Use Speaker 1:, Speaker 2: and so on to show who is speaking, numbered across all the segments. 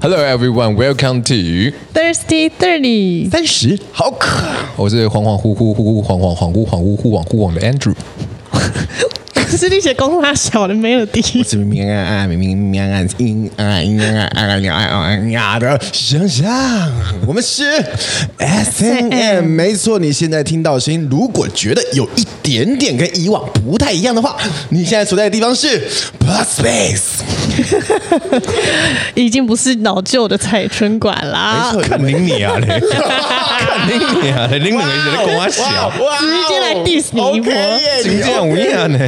Speaker 1: Hello everyone, welcome to
Speaker 2: Thirsty Thirty，
Speaker 1: 三十好渴。我是恍恍惚惚、忽忽恍恍、恍惚、恍惚、忽恍、忽恍的 Andrew。
Speaker 2: 是那些公拉小的 melody。
Speaker 3: 这明明暗暗明明明暗暗阴暗暗阴暗暗暗暗暗暗的想象，我们是 S N M，没错，你现在听到的声音，如果觉得有一点点跟以往不太一样的话，你现在所在的地方是 Plus Space，
Speaker 2: 已经不是老旧的彩春馆啦，
Speaker 3: 看
Speaker 1: 肯定你啊，你肯定你啊，你拎你个人跟我小，
Speaker 3: 哇
Speaker 2: 直接来 diss
Speaker 3: 哦
Speaker 2: 你一波
Speaker 1: 真这样无样呢。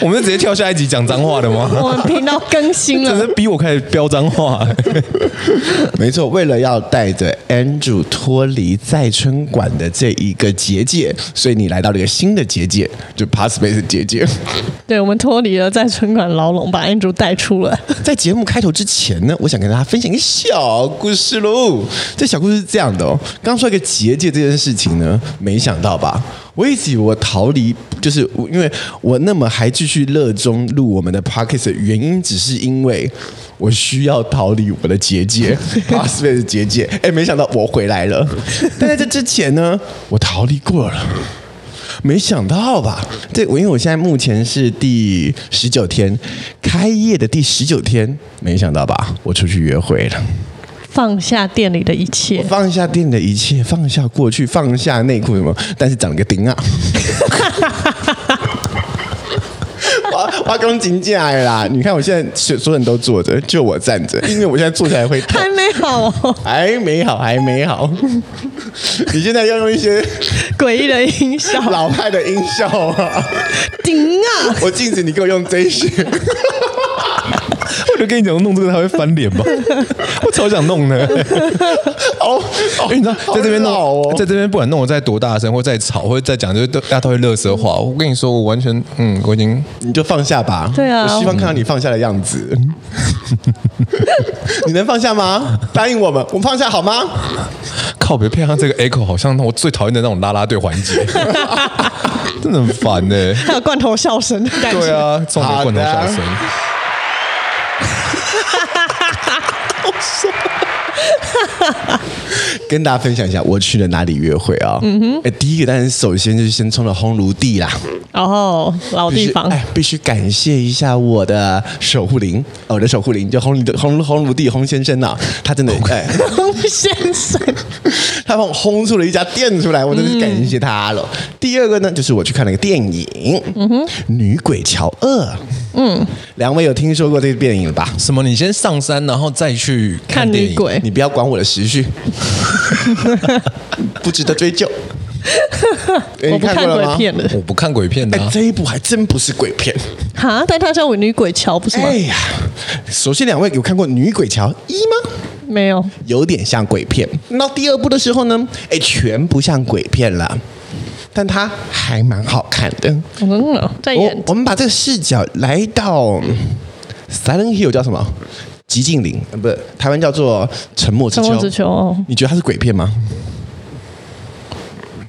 Speaker 1: 我们就直接跳下一集讲脏话的吗？
Speaker 2: 我们频道更新
Speaker 1: 真
Speaker 2: 了
Speaker 1: 是。逼我开始飙脏话。
Speaker 3: 没错，为了要带着 Andrew 脱离在春馆的这一个结界，所以你来到了一个新的结界，就 Pass Space 结界。
Speaker 2: 对，我们脱离了在春馆牢笼，把 Andrew 带出来。
Speaker 3: 在节目开头之前呢，我想跟大家分享一个小故事喽。这小故事是这样的哦，刚说一个结界这件事情呢，没想到吧？我一直以为我逃离，就是我因为我那么还继续热衷录我们的 p o c k e t 的原因，只是因为我需要逃离我的结界 p o s p e 的结界。哎，没想到我回来了，但在这之前呢，我逃离过了。没想到吧？对，我因为我现在目前是第十九天，开业的第十九天，没想到吧？我出去约会了，
Speaker 2: 放下店里的一切，
Speaker 3: 放下店里的一切，放下过去，放下内裤什么，但是长了个钉啊！我我跟金进来啦！你看我现在所所有人都坐着，就我站着，因为我现在坐起来会痛
Speaker 2: 还。没好 哦。
Speaker 3: 还没好，还没好。你现在要用一些
Speaker 2: 诡异的音效，
Speaker 3: 老派的音效啊！
Speaker 2: 顶啊！
Speaker 3: 我禁止你给我用这些。
Speaker 1: 我就跟你讲，弄这个他会翻脸 吧？我超想弄的。
Speaker 3: 哦，
Speaker 1: 因哎为你知道，在这边弄，
Speaker 3: 好老哦
Speaker 1: 在这边不管弄我再多大声，或再吵，或者再讲，就是大家都会乐色话。我跟你说，我完全，嗯，我已经
Speaker 3: 你就放下吧。
Speaker 2: 对啊
Speaker 3: 我希望看到你放下的样子。 你能放下吗？答应我们，我们放下好吗？
Speaker 1: 靠，别配上这个 echo，好像我最讨厌的那种啦啦队环节， 真的很烦呢、欸
Speaker 2: 还有罐头笑声的感觉。
Speaker 1: 对啊，重点罐头笑声。
Speaker 3: 跟大家分享一下我去了哪里约会啊、嗯哼，哎，第一个当然首先就是先冲了烘炉地啦，
Speaker 2: 哦，老
Speaker 3: 必
Speaker 2: 地
Speaker 3: 须
Speaker 2: 方，
Speaker 3: 啊哎，必须感谢一下我的守护灵，哦我的守护灵就烘炉烘烘炉地烘先生呐、他真的哎。
Speaker 2: 洪先生，
Speaker 3: 他帮我轰出了一家店出来，我真的是感谢他了。第二个呢，就是我去看了一个电影，《女鬼桥二》。嗯，两位有听说过这个电影吧？
Speaker 1: 什么？你先上山，然后再去
Speaker 2: 看
Speaker 1: 电
Speaker 2: 女
Speaker 1: 影？
Speaker 2: 鬼，
Speaker 3: 你不要管我的时 序，不值得追究。
Speaker 2: 我
Speaker 3: 哎你
Speaker 2: 不
Speaker 3: 过
Speaker 2: 看
Speaker 3: 了
Speaker 2: 鬼
Speaker 3: 吗？
Speaker 2: 片的
Speaker 1: 我不看鬼片的、
Speaker 3: 哎
Speaker 1: 啊，
Speaker 3: 这一部还真不是鬼片。
Speaker 2: 哈，但他叫我女鬼桥不是吗
Speaker 3: 哎？呀，首先两位有看过《女鬼桥一》吗？
Speaker 2: 没有，
Speaker 3: 有点像鬼片。那第二部的时候呢，哎，全不像鬼片了，但它还蛮好看的。
Speaker 2: 嗯，在
Speaker 3: 我
Speaker 2: 演
Speaker 3: 我们把这个视角来到嗯 Silent Hill 叫什么？寂静岭，呃不是台湾叫做沉默之
Speaker 2: 《沉
Speaker 3: 丘。
Speaker 2: 默之丘》哦。
Speaker 3: 你觉得它是鬼片吗？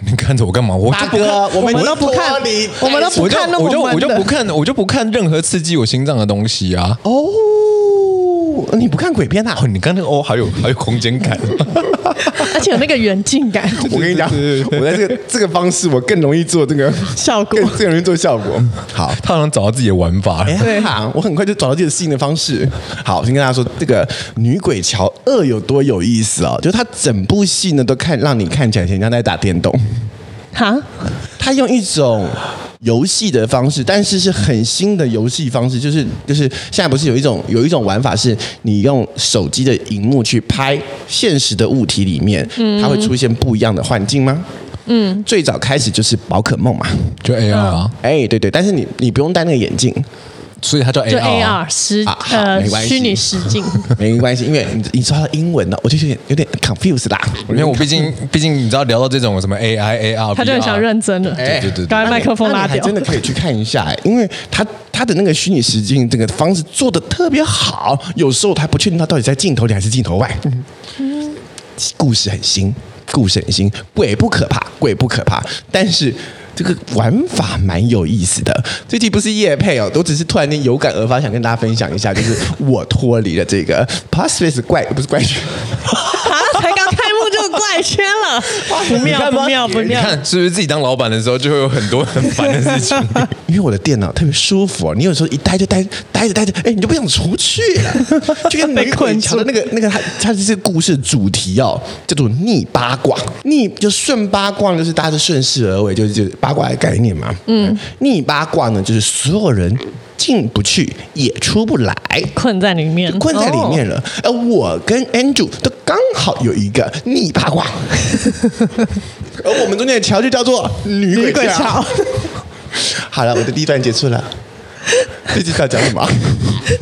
Speaker 1: 你看着我干嘛？我就
Speaker 3: 大哥，
Speaker 2: 我
Speaker 3: 我
Speaker 2: 们都不看
Speaker 3: 脱离
Speaker 2: 我们都不
Speaker 1: 我就
Speaker 2: 看那么
Speaker 1: 我就我就
Speaker 2: 闷
Speaker 1: 不
Speaker 2: 的
Speaker 1: 看，我就不看任何刺激我心脏的东西啊！
Speaker 3: 哦，你不看鬼片啊
Speaker 1: 哦，？你刚那个哦，还有还有空间感，啊
Speaker 2: 而且有那个远 近感
Speaker 3: 我跟你 讲，我在这个这个方式，我更容易做这 个，
Speaker 2: 效果
Speaker 3: 更。更容易做效果。好，
Speaker 1: 他好像找到自己的玩法
Speaker 2: 哎
Speaker 1: 了。
Speaker 3: 对哎哈，我很快就找到自己的适应的方式。好，先跟大家说，这个《女鬼桥二》有多有意思哦，就是它整部戏呢都看让你看起来很像在打电动。
Speaker 2: 哈，
Speaker 3: 他用一种游戏的方式，但是是很新的游戏方式，就是就是现在不是有一种有一种玩法是，你用手机的荧幕去拍现实的物体里面，它会出现不一样的幻境吗？嗯，最早开始就是宝可梦嘛，
Speaker 1: 就 AR
Speaker 2: 嗯
Speaker 1: 啊，
Speaker 3: 哎，对对，但是你你不用戴那个眼镜，
Speaker 1: 所以它叫 AR
Speaker 2: 就
Speaker 1: 啊。
Speaker 2: AR 实
Speaker 3: 啊好
Speaker 2: 呃
Speaker 3: 没关系
Speaker 2: 虚拟实境，
Speaker 3: 没关系，因为你你说到英文了，我就有点有点 confused 啦。
Speaker 1: 因为我毕竟毕竟你知道聊到这种什么 AI AR，
Speaker 2: 他就很想
Speaker 1: VR
Speaker 2: 认真了。
Speaker 1: 哎对对对对
Speaker 2: 赶快麦克风
Speaker 3: 那
Speaker 2: 拉
Speaker 3: 你还
Speaker 2: 掉。
Speaker 3: 真的可以去看一下、哎因为他他的那个虚拟实境这个方式做的特别好，有时候他不确定他到底在镜头里还是镜头外。
Speaker 2: 嗯
Speaker 3: 故事很新，故事很新，鬼不可怕，鬼不可怕，但是这个玩法蛮有意思的。这集不是夜配哦，都只是突然间有感而发，想跟大家分享一下，就是我脱离了这个 p a s s p a c e 怪不是怪圈，
Speaker 2: 啊，才刚开幕就怪圈了，不
Speaker 1: 你
Speaker 2: 妙
Speaker 1: 看
Speaker 2: 不
Speaker 1: 吧
Speaker 2: 妙不
Speaker 1: 你
Speaker 2: 妙！
Speaker 1: 看是不是自己当老板的时候就会有很多很 烦的事情？
Speaker 3: 因为我的电脑特别舒服哦。你有时候一待就待，待着待着，哎，你就不想出 去了，就跟
Speaker 2: 被
Speaker 3: 雷
Speaker 2: 困
Speaker 3: 鬼
Speaker 2: 住
Speaker 3: 桥的那个那个它它这个故事的主题哦，叫做逆八卦。逆就顺八卦，就是大家就顺势而为，就是就是八卦的概念嘛。嗯，逆八卦呢，就是所有人进不去也出不来。
Speaker 2: 困在里面，
Speaker 3: 困在里面
Speaker 2: 哦。
Speaker 3: 了。而我跟 Andrew 都刚好有一个逆八 卦，而我们中间的桥就叫做女鬼
Speaker 2: 女鬼
Speaker 3: 桥
Speaker 2: 桥。
Speaker 3: 好了，我的第一段结 束了。这集要讲什么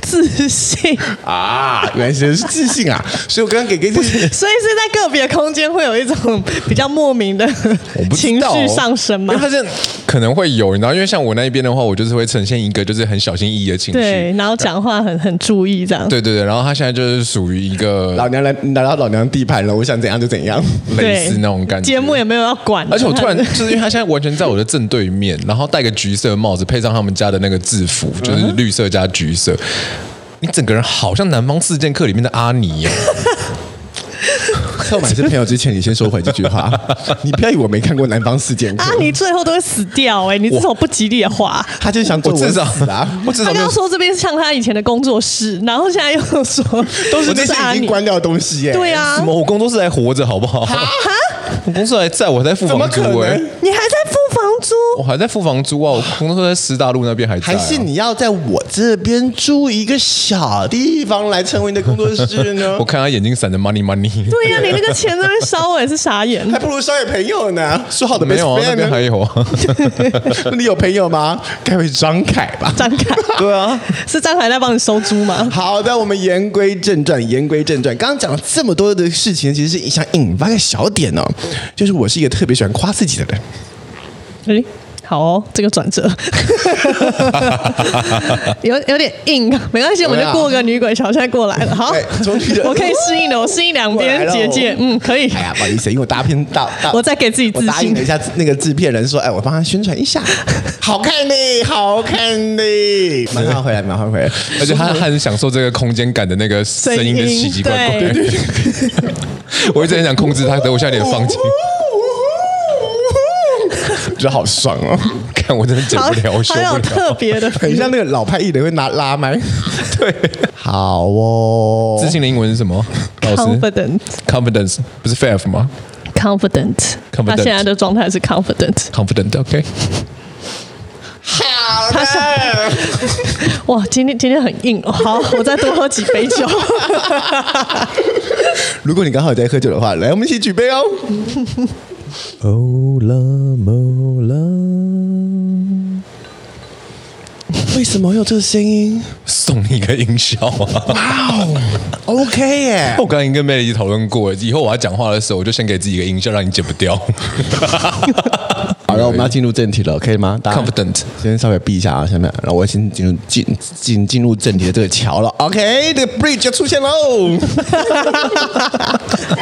Speaker 2: 自信，
Speaker 3: 啊？原来是自信啊！所以我刚刚给给自己
Speaker 2: 所以是在个别空间会有一种比较莫名的
Speaker 1: 我不知
Speaker 2: 情
Speaker 1: 道
Speaker 2: 绪上升吗
Speaker 1: 因为？他这可能会有，你知道，因为像我那一边的话，我就是会呈现一个就是很小心翼翼的情绪。
Speaker 2: 对，然后讲话很很注意这样。
Speaker 1: 对对对，然后他现在就是属于一
Speaker 3: 老
Speaker 1: 个
Speaker 3: 娘来来到老娘地盘了，我想怎样就怎样。
Speaker 1: 类似那种感觉。
Speaker 2: 节目也没有要管，
Speaker 1: 而且我突 然就是因为他现在完全在我的正对面，然后戴个橘色帽子，配上他们家的那个制服，就
Speaker 2: 嗯
Speaker 1: 是绿色加橘色。你整个人好像《南方四剑客》里面的阿尼 耶、
Speaker 3: 在我们还是朋友之前，你先收回这句 话。你不要以为我没看过《南方四剑客
Speaker 2: 阿》，尼啊最后都会死掉哎、你这种不吉利的话。
Speaker 3: 他就是想
Speaker 1: 我
Speaker 3: 做
Speaker 1: 至少
Speaker 3: 死啊！
Speaker 1: 我至
Speaker 2: 他
Speaker 1: 少没
Speaker 2: 刚
Speaker 1: 有
Speaker 2: 刚说这边像他以前的工作室，然后现在 又说
Speaker 3: 都是
Speaker 2: 我
Speaker 3: 这
Speaker 2: 是
Speaker 3: 些
Speaker 2: 阿
Speaker 3: 已
Speaker 2: 尼
Speaker 3: 经，关掉的东西耶。
Speaker 2: 对啊
Speaker 1: 什，么，我工作室还活着好不好？ 我工作室还在，我还在付
Speaker 3: 怎么
Speaker 1: 房
Speaker 3: 可
Speaker 1: 租哎、
Speaker 3: 能？
Speaker 2: 你还在付房租？
Speaker 1: 我还在付房租啊，我工作室在师大路那边还在、
Speaker 3: 还
Speaker 1: 啊。
Speaker 3: 是你要在我这边租一个小地方来成为你的工作室 呢
Speaker 1: 我？看他眼睛闪着 money money。
Speaker 2: 对呀、你那个钱在那边烧，我也是傻眼。
Speaker 3: 还不如少有朋友呢。说好的
Speaker 1: 没有啊，
Speaker 3: best
Speaker 1: 那
Speaker 3: friend
Speaker 1: 边还
Speaker 3: 呢？
Speaker 1: 有啊。
Speaker 3: 那你有朋友吗？该会张凯 吧？
Speaker 2: 张凯
Speaker 3: 对啊。
Speaker 2: 是张凯在帮你收租吗？
Speaker 3: 好的，我们言归正传，言归正传。刚刚讲了这么多的事情，其实是想引发一个小点哦，就是我是一个特别喜欢夸自己的人。
Speaker 2: 诶、好哦，这个转折 有有点硬，没关系，我们就过个女鬼桥，现在过来了。好
Speaker 3: 对哎终于，
Speaker 2: 我可以适应的，我适应两边结界，嗯，可以。
Speaker 3: 哎呀，不好意思，因为我大片大大，
Speaker 2: 我再给自己自
Speaker 3: 我
Speaker 2: 信
Speaker 3: 答应了一下那个制片人说，哎，我帮他宣传一下，好看呢，好看呢，马上回来，马上回来，
Speaker 1: 而且他很享受这个空间感的那个声音的奇奇怪怪。
Speaker 2: 声音对 哦
Speaker 1: 我一直很想控制他，等我现在有点 放弃。
Speaker 3: 觉得好爽哦，
Speaker 1: 看我真的整
Speaker 2: 好
Speaker 1: 不了，我受
Speaker 2: 好有
Speaker 1: 不了。
Speaker 2: 特别的
Speaker 3: 很像那个 老派艺人会拿拉麦，
Speaker 1: 对，
Speaker 3: 好哦，
Speaker 1: 自信的英文是什么？老师
Speaker 2: confident
Speaker 1: confidence 不是 faith 吗
Speaker 2: confident，他
Speaker 1: Confident
Speaker 2: 现在的状态是 confident。
Speaker 1: ？confident，OK，、
Speaker 3: 好
Speaker 2: 他
Speaker 3: 的，
Speaker 2: 哇，今天今天很硬，哦好，我再多喝几杯 酒。
Speaker 3: 如果你刚好有在喝酒的话，来，我们一起举杯哦。哦啦哦啦，为什么有这个声音？
Speaker 1: 送你一个音效 啊！
Speaker 3: OK 耶，
Speaker 1: 我刚刚已经跟 Melly 一起讨论过，以后我要讲话的时候，我就先给自己一个音效，让你剪不掉。
Speaker 3: 好了，我们要进入正题了，可以吗？大家
Speaker 1: Confident
Speaker 3: 先稍微避一下啊，下面，然后我先进入进进进入正题的这个桥了。OK，这个 bridge 就出现喽。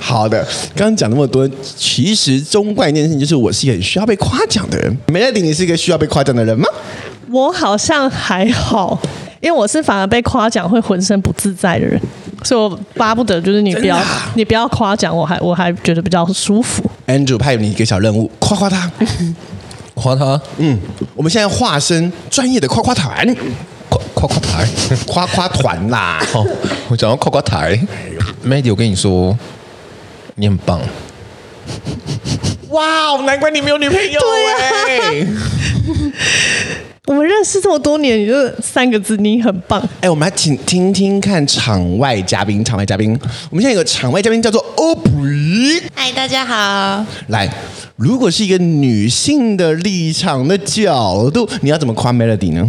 Speaker 3: 好的，刚刚讲那么多，其实中冠一件事情就是我是一个很需要被夸奖的人。梅乐迪，你是一个需要被夸奖的人吗？
Speaker 2: 我好像还好，因为我是反而被夸奖会浑身不自在的人，所以我巴不得就是你不要、
Speaker 3: 真的啊
Speaker 2: 你不要夸奖我还我还觉得比较舒服。
Speaker 3: Andrew 派你一个小任务，夸夸他。
Speaker 1: 夸他，
Speaker 3: 嗯，我们现在化身专业的夸夸团，
Speaker 1: 夸夸夸台。
Speaker 3: 夸夸团啦。
Speaker 1: 哦，我讲到夸夸台，Melly，我跟你说，你很棒。
Speaker 3: 哇，难怪你没有女朋友、欸。对呀、
Speaker 2: 我们认识这么多年，你就三个字，你很棒。
Speaker 3: 哎，我们来请听听看场外嘉宾，场外嘉宾，我们现在有个场外嘉宾叫做 Opry。
Speaker 4: 嗨，大家好。
Speaker 3: 来，如果是一个女性的立场的角度，你要怎么夸 Melody 呢？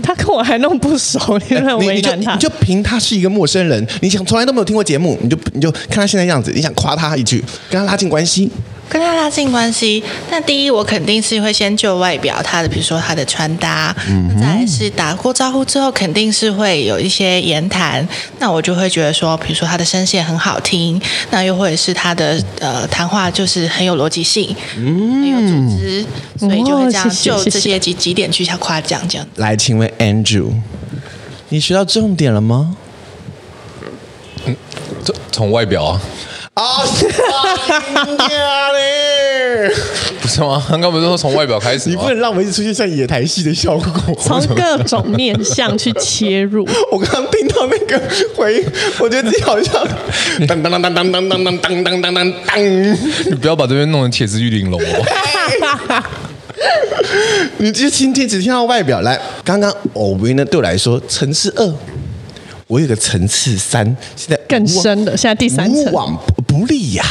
Speaker 2: 他跟我还弄不熟，你很
Speaker 3: 你
Speaker 2: 为
Speaker 3: 你就
Speaker 2: 难
Speaker 3: 你
Speaker 2: 他。
Speaker 3: 就凭她是一个陌生人，你想从来都没有听过节目，你就你就看她现在样子，你想夸她一句，跟她拉近关系。
Speaker 4: 跟他拉近关系。但第一，我肯定是会先就外表他的，比如说他的穿搭，那再来是打过招呼之后，肯定是会有一些言谈。那我就会觉得说，比如说他的声线很好听，那又或者是他的呃谈话就是很有逻辑性，很有组织，所以就会这样
Speaker 2: 哦谢谢
Speaker 4: 就
Speaker 2: 谢谢
Speaker 4: 这些几几点去下夸奖这样。
Speaker 3: 来，请问 Andrew，你学到重点了吗？
Speaker 1: 从从外表啊，
Speaker 3: 啊， 嘞！
Speaker 1: 不是吗？ 刚刚不是说从外表开始
Speaker 3: 你
Speaker 1: 吗
Speaker 3: 不？能让我一直出现像野台戏的效果。
Speaker 2: 从各种面向去切 入，
Speaker 3: 我刚刚听到那个回音，我觉得自己好像当当当当当当当当当当当当当。
Speaker 1: 你不要把这边弄成铁丝玉玲珑哦。
Speaker 3: 哎你就今天只听到外表来，刚刚偶为呢对我来说层次二，我有个层次三，现在
Speaker 2: 更深的，现在第三
Speaker 3: 无
Speaker 2: 层。
Speaker 3: 往不不利呀、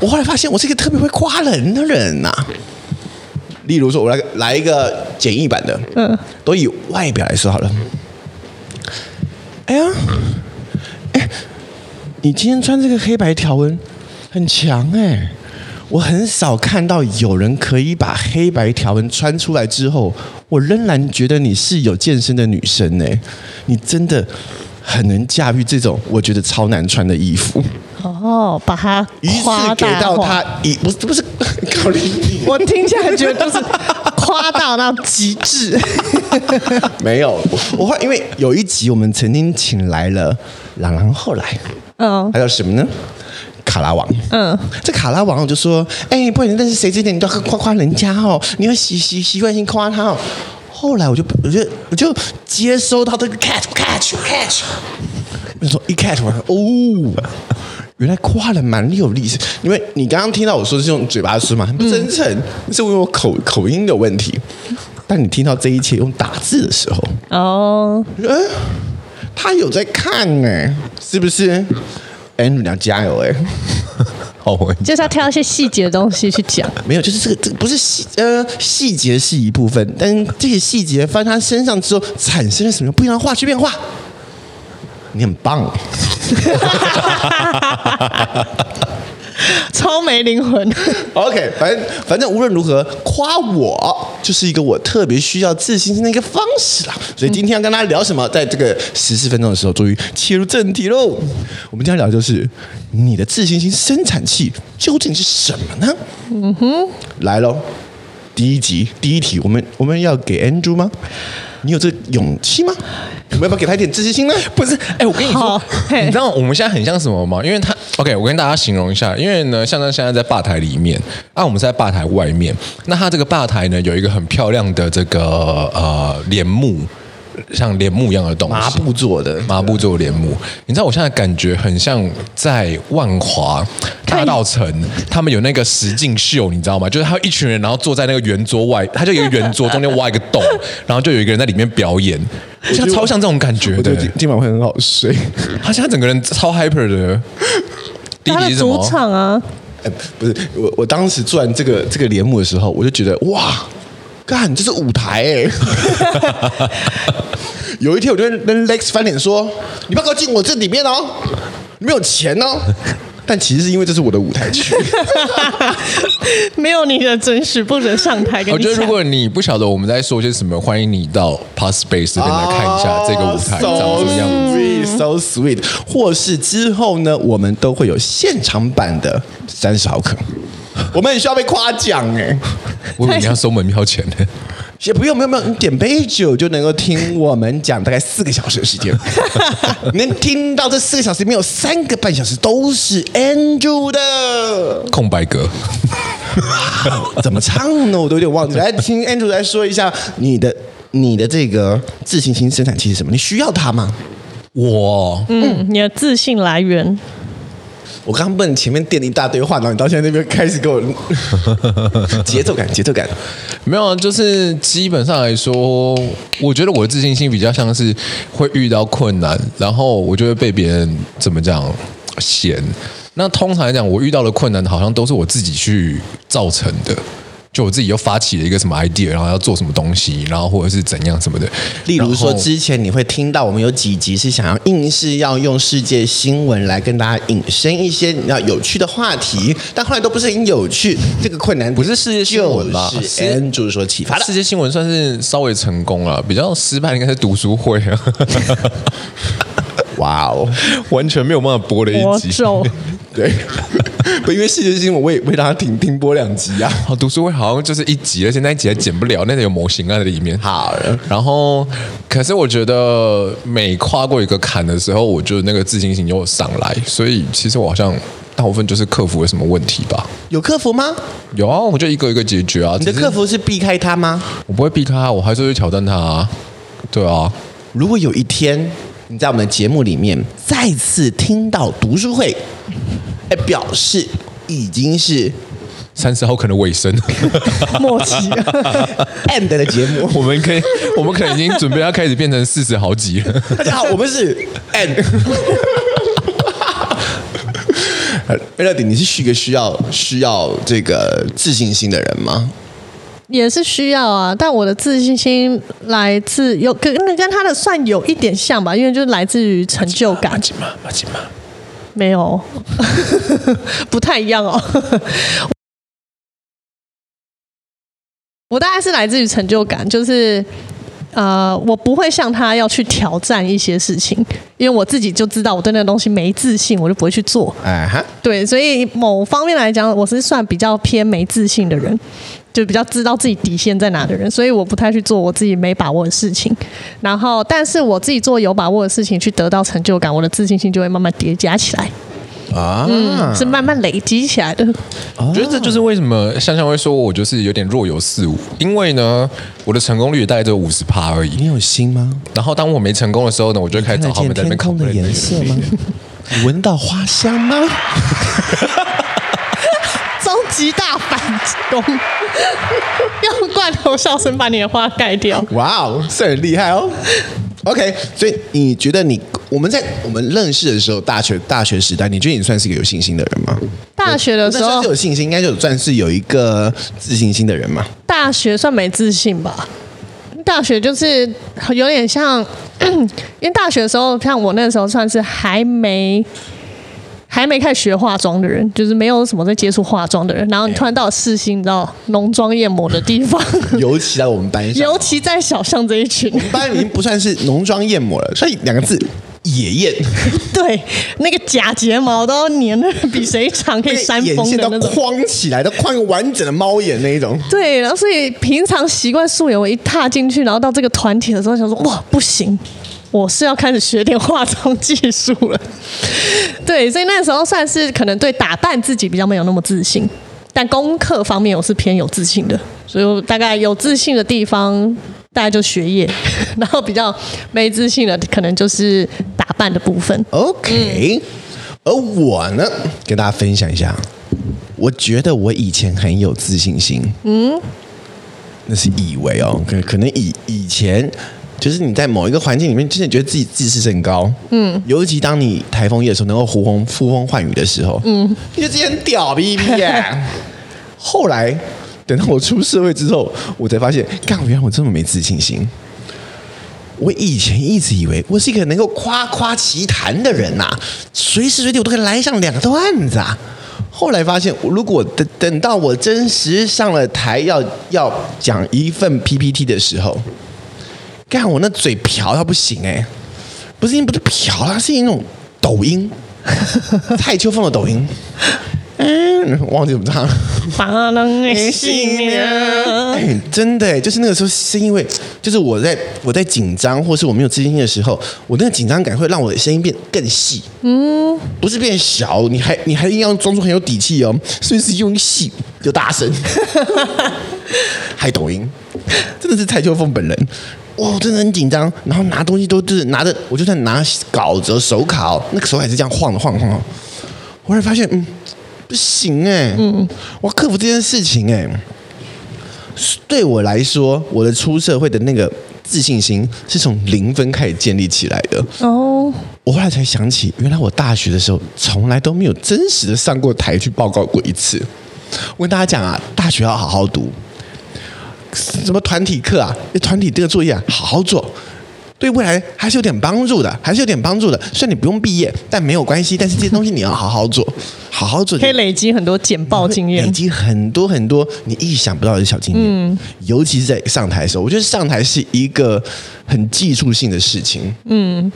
Speaker 3: 我后来发现我是一个特别会夸人的人呐、例如说，我来个来一个简易版的，嗯，都以外表来说好了。哎呀，哎，你今天穿这个黑白条纹很强哎、我很少看到有人可以把黑白条纹穿出来之后，我仍然觉得你是有健身的女生哎、你真的很能驾驭这种我觉得超难穿的衣服。
Speaker 2: 哦，把它
Speaker 3: 一次
Speaker 2: 夸
Speaker 3: 给
Speaker 2: 大
Speaker 3: 到
Speaker 2: 化
Speaker 3: 他一不是不是 搞啊你，
Speaker 2: 我听起来觉得就是 夸到到极致。
Speaker 3: 没有，我后来因为有一集我们曾经请来了朗朗，后来
Speaker 2: 嗯
Speaker 3: 还有什么呢？卡拉王，
Speaker 2: 嗯，
Speaker 3: 这卡拉王就说：“哎、不管你认识谁之前，你都要夸夸人家哦，你要习习习惯性夸他哦。”后来我就我就我就接收到这个 catch catch catch，我说一 catch 完哦，原来夸人蛮有力，因为你刚刚听到我说是用嘴巴说嘛，很不真诚，是因为我口口音的问题。但你听到这一切用打字的时候，
Speaker 2: 哦，
Speaker 3: 嗯，他有在看呢、是不是？哎，你要加油哎、
Speaker 1: 好，我
Speaker 2: 就是要挑一些细节的东西去讲。
Speaker 3: 没有，就是这个，这个不是细呃细节是一部分，但是这些细节放在他身上之后，产生了什么不一样的化学变化？你很棒，欸
Speaker 2: 超没 灵魂。
Speaker 3: OK，反正反正无论如何，夸我就是一个我特别需要自信心的一个方式啦。所以今天要跟大家聊什么，在这个十四分钟的时候，终于切入正题喽。我们今天要聊的就是你的自信心生产器究竟是什么呢？嗯哼，来喽，第一集第一题，我们我们要给 Andrew 吗？你有这个勇气吗？我们要不要给他一点自信心呢？
Speaker 1: 不是，哎、我跟你
Speaker 2: 好
Speaker 1: 说，
Speaker 2: 嘿
Speaker 1: 你知道我们现在很像什么吗？因为他，OK，我跟大家形容一下，因为呢，像他现在在吧台里面，啊，我们是在吧台外面，那他这个吧台呢，有一个很漂亮的这个呃帘幕，像帘幕一样的东西，
Speaker 3: 麻布做的，
Speaker 1: 麻布做帘幕。你知道我现在感觉很像在万华大道城，他们有那个实境秀，你知道吗？就是他有一群人，然后坐在那个圆桌外，他就有一个圆桌中间挖一个洞，然后就有一个人在里面表演。我觉得超像这种感觉
Speaker 3: 我觉
Speaker 1: 的
Speaker 3: 得，今今晚会很好睡。
Speaker 1: 他现在整个人超 hyper 的。弟
Speaker 2: 他
Speaker 1: 弟
Speaker 2: 的
Speaker 1: 是什
Speaker 2: 主
Speaker 1: 么？
Speaker 2: 场啊，
Speaker 3: 哎，不是我，我当时做完这个这个帘幕的时候，我就觉得哇，干，这是舞台哎、 有一天，我就跟 Lex 翻脸说：“你不要靠近我这里面哦，你没有钱哦。”但其实是因为这是我的舞台 剧，
Speaker 2: 没有你的准许不准上台。跟
Speaker 1: 我
Speaker 2: 你
Speaker 1: 觉得
Speaker 2: 讲
Speaker 1: 哦如果你不晓得我们在说些什么，欢迎你到 Pass Space 这边来看一下这个舞台长什么样子。
Speaker 3: 子，so sweet，或是之后呢，我们都会有现场版的三十毫克，我们很需要被夸奖哎、
Speaker 1: 我以为你要收门票钱呢。
Speaker 3: 也不用，不用，不用，你点杯酒就能够听我们讲大概四个小时的时间，你能听到这四个小时里面有三个半小时都是 Andrew 的，
Speaker 1: 空白格，
Speaker 3: 怎么唱呢？我都有点忘记。来听 Andrew 来说一下你的你的这个自信心生产器是什么？你需要它吗？
Speaker 1: 我
Speaker 2: 嗯，你的自信来源，
Speaker 3: 我刚刚问前面垫了一大堆话，然后你到现在那边开始给我 节奏感，节奏感。
Speaker 1: 没有，啊，就是基本上来说，我觉得我的自信心比较像是会遇到困难，然后我就会被别人怎么讲嫌。那通常来讲，我遇到的困难好像都是我自己去造成的。就我自己又发起了一个什么 idea，然后要做什么东西，然后或者是怎样什么的。
Speaker 3: 例如说，
Speaker 1: 然后
Speaker 3: 之前你会听到我们有几集是想要硬是要用世界新闻来跟大家引申一些你知道有趣的话题，但后来都不是很有趣。这个困难
Speaker 1: 不是世界新闻吧
Speaker 3: 就是 Andrew 所启发的。
Speaker 1: 世界新闻算是稍微成功了，比较失败的应该是读书会啊，
Speaker 3: 哇哦，
Speaker 1: 完全没有办法播的
Speaker 2: 魔
Speaker 1: 一集。
Speaker 2: 咒，
Speaker 3: 对， 不因为世界新闻我也会让他停停播两集啊。
Speaker 1: 哦好，读书会好像就是一集，而且那一集还剪不了，那个有模型啊在里面。
Speaker 3: 好了，
Speaker 1: 然后，可是我觉得每跨过一个坎的时候，我就那个自信心就上来，所以其实我好像大部分就是克服了什么问题吧。
Speaker 3: 有客服吗？
Speaker 1: 有啊，我就一个一个解决啊。
Speaker 3: 你的
Speaker 1: 只是
Speaker 3: 客服是避开他吗？
Speaker 1: 我不会避开啊，我还是会去挑战他啊。对啊，
Speaker 3: 如果有一天你在我们的节目里面再次听到读书会，哎，表示已经是
Speaker 1: 三十号可能尾声，
Speaker 2: 默契。
Speaker 3: end 的节目。
Speaker 1: 我们可以，我们可能已经准备要开始变成四十好几了。
Speaker 3: 大 家好，我们是 end。贝乐迪，你是一个需要需要这个自信心的人吗？
Speaker 2: 也是需要啊，但我的自信心来自有跟跟他的算有一点像吧，因为就是来自于成就感。
Speaker 1: 嘛，马吉嘛。
Speaker 2: 没有， 不太一样哦。 我大概是来自于成就感，就是呃，我不会像他要去挑战一些事情，因为我自己就知道我对那个东西没自信，我就不会去做。
Speaker 3: 哎哈，
Speaker 2: 对，所以某方面来讲，我是算比较偏没自信的人，就比较知道自己底线在哪的人，所以我不太去做我自己没把握的事情。然后，但是我自己做有把握的事情，去得到成就感，我的自信心就会慢慢叠加起来，
Speaker 3: 啊，
Speaker 2: 是慢慢累积起来的。
Speaker 1: 我觉得这就是为什么香香会说我就是有点若有似无，因为呢，我的成功率也大概只有五十趴而已。
Speaker 3: 你有心吗？
Speaker 1: 然后当我没成功的时候呢，我就开始找他们在那边
Speaker 3: 天空的
Speaker 1: complain
Speaker 3: 颜色吗？你闻到花香吗？
Speaker 2: 终极大反攻， 用罐头笑声把你的话盖掉。
Speaker 3: 哇哦，这很厉害哦。OK，所以你觉得你我们在我们认识的时候，大学大学时代，你觉得你算是一个有信心的人吗？
Speaker 2: 大学的
Speaker 3: 那
Speaker 2: 时
Speaker 3: 算
Speaker 2: 候
Speaker 3: 是，有信心，应该就算是有一个自信心的人嘛。
Speaker 2: 大学算没自信吧。大学就是有点像， 因为大学的时候，像我那时候算是还没还没开始学化妆的人，就是没有什么在接触化妆的人。然后你突然到了世新，你知道浓妆艳抹的地方，
Speaker 3: 尤其在我们班上，
Speaker 2: 尤其在小巷这一群，
Speaker 3: 我们班已经不算是浓妆艳抹了，所以两个字野艳，
Speaker 2: 对那个假睫毛都要粘的比谁长，可以扇
Speaker 3: 眼
Speaker 2: 风
Speaker 3: 线
Speaker 2: 的
Speaker 3: 都
Speaker 2: 那种。
Speaker 3: 框起来，都框一个完整的猫眼那一种。
Speaker 2: 对，然后所以平常习惯素颜，我一踏进去，然后到这个团体的时候，想说哇，不行，我是要开始学点化妆技术了。对，所以那时候算是可能对打扮自己比较没有那么自信，但功课方面我是偏有自信的，所以我大概有自信的地方。大概就学业， 然后比较没自信的，可能就是打扮的部分。
Speaker 3: OK，、而我呢，跟大家分享一下，我觉得我以前很有自信心，嗯，那是以为哦，可可能以以前。就是你在某一个环境里面，真的觉得自己自视甚高，嗯，尤其当你台风夜的时候，能够呼风呼风唤雨的时候，嗯，你就之前很屌逼逼耶。后来等到我出社会之后，我才发现，干，原来我这么没自信心。我以前一直以为我是一个能够夸夸其谈的人呐、随时随地我都可以来上两段子啊。后来发现，如果等等到我真实上了台要要讲一份 PPT 的时候，干我那嘴瓢到不行哎、不是因为不是瓢啦，是一种抖音，蔡秋凤的抖音，嗯，忘记怎么唱了。
Speaker 2: 把
Speaker 3: 啊
Speaker 2: 人的心
Speaker 3: 哎、真的、就是那个时候，是因为就是我在我在紧张，或是我没有自信心的时候，我那个紧张感会让我的声音变更细，嗯，不是变小，你还你还硬要装出很有底气哦，所以是用细就 大声，还抖音，真的是蔡秋凤本人。哇、真的很紧张，然后拿东西都就是拿着，我就算拿稿子、手卡哦，那个手也是这样晃的晃的晃的。我忽然发现，嗯，不行哎、嗯，我要克服这件事情哎、对我来说，我的出社会的那个自信心是从零分开始建立起来的。
Speaker 2: 哦，
Speaker 3: 我后来才想起，原来我大学的时候从来都没有真实的上过台去报告过一次。我跟大家讲啊，大学要好好读，什么团体课啊，团体这个作业啊，好好做。对未来还是有点帮助的，还是有点帮助的。虽然你不用毕业，但没有关系。但是这些东西你要好好做，好好做。
Speaker 2: 可以累积很多简报经验
Speaker 3: 累。积很多很多你意想不到的小经验，尤其是在上台的时候，我觉得上台是一个很技术性的事情。嗯，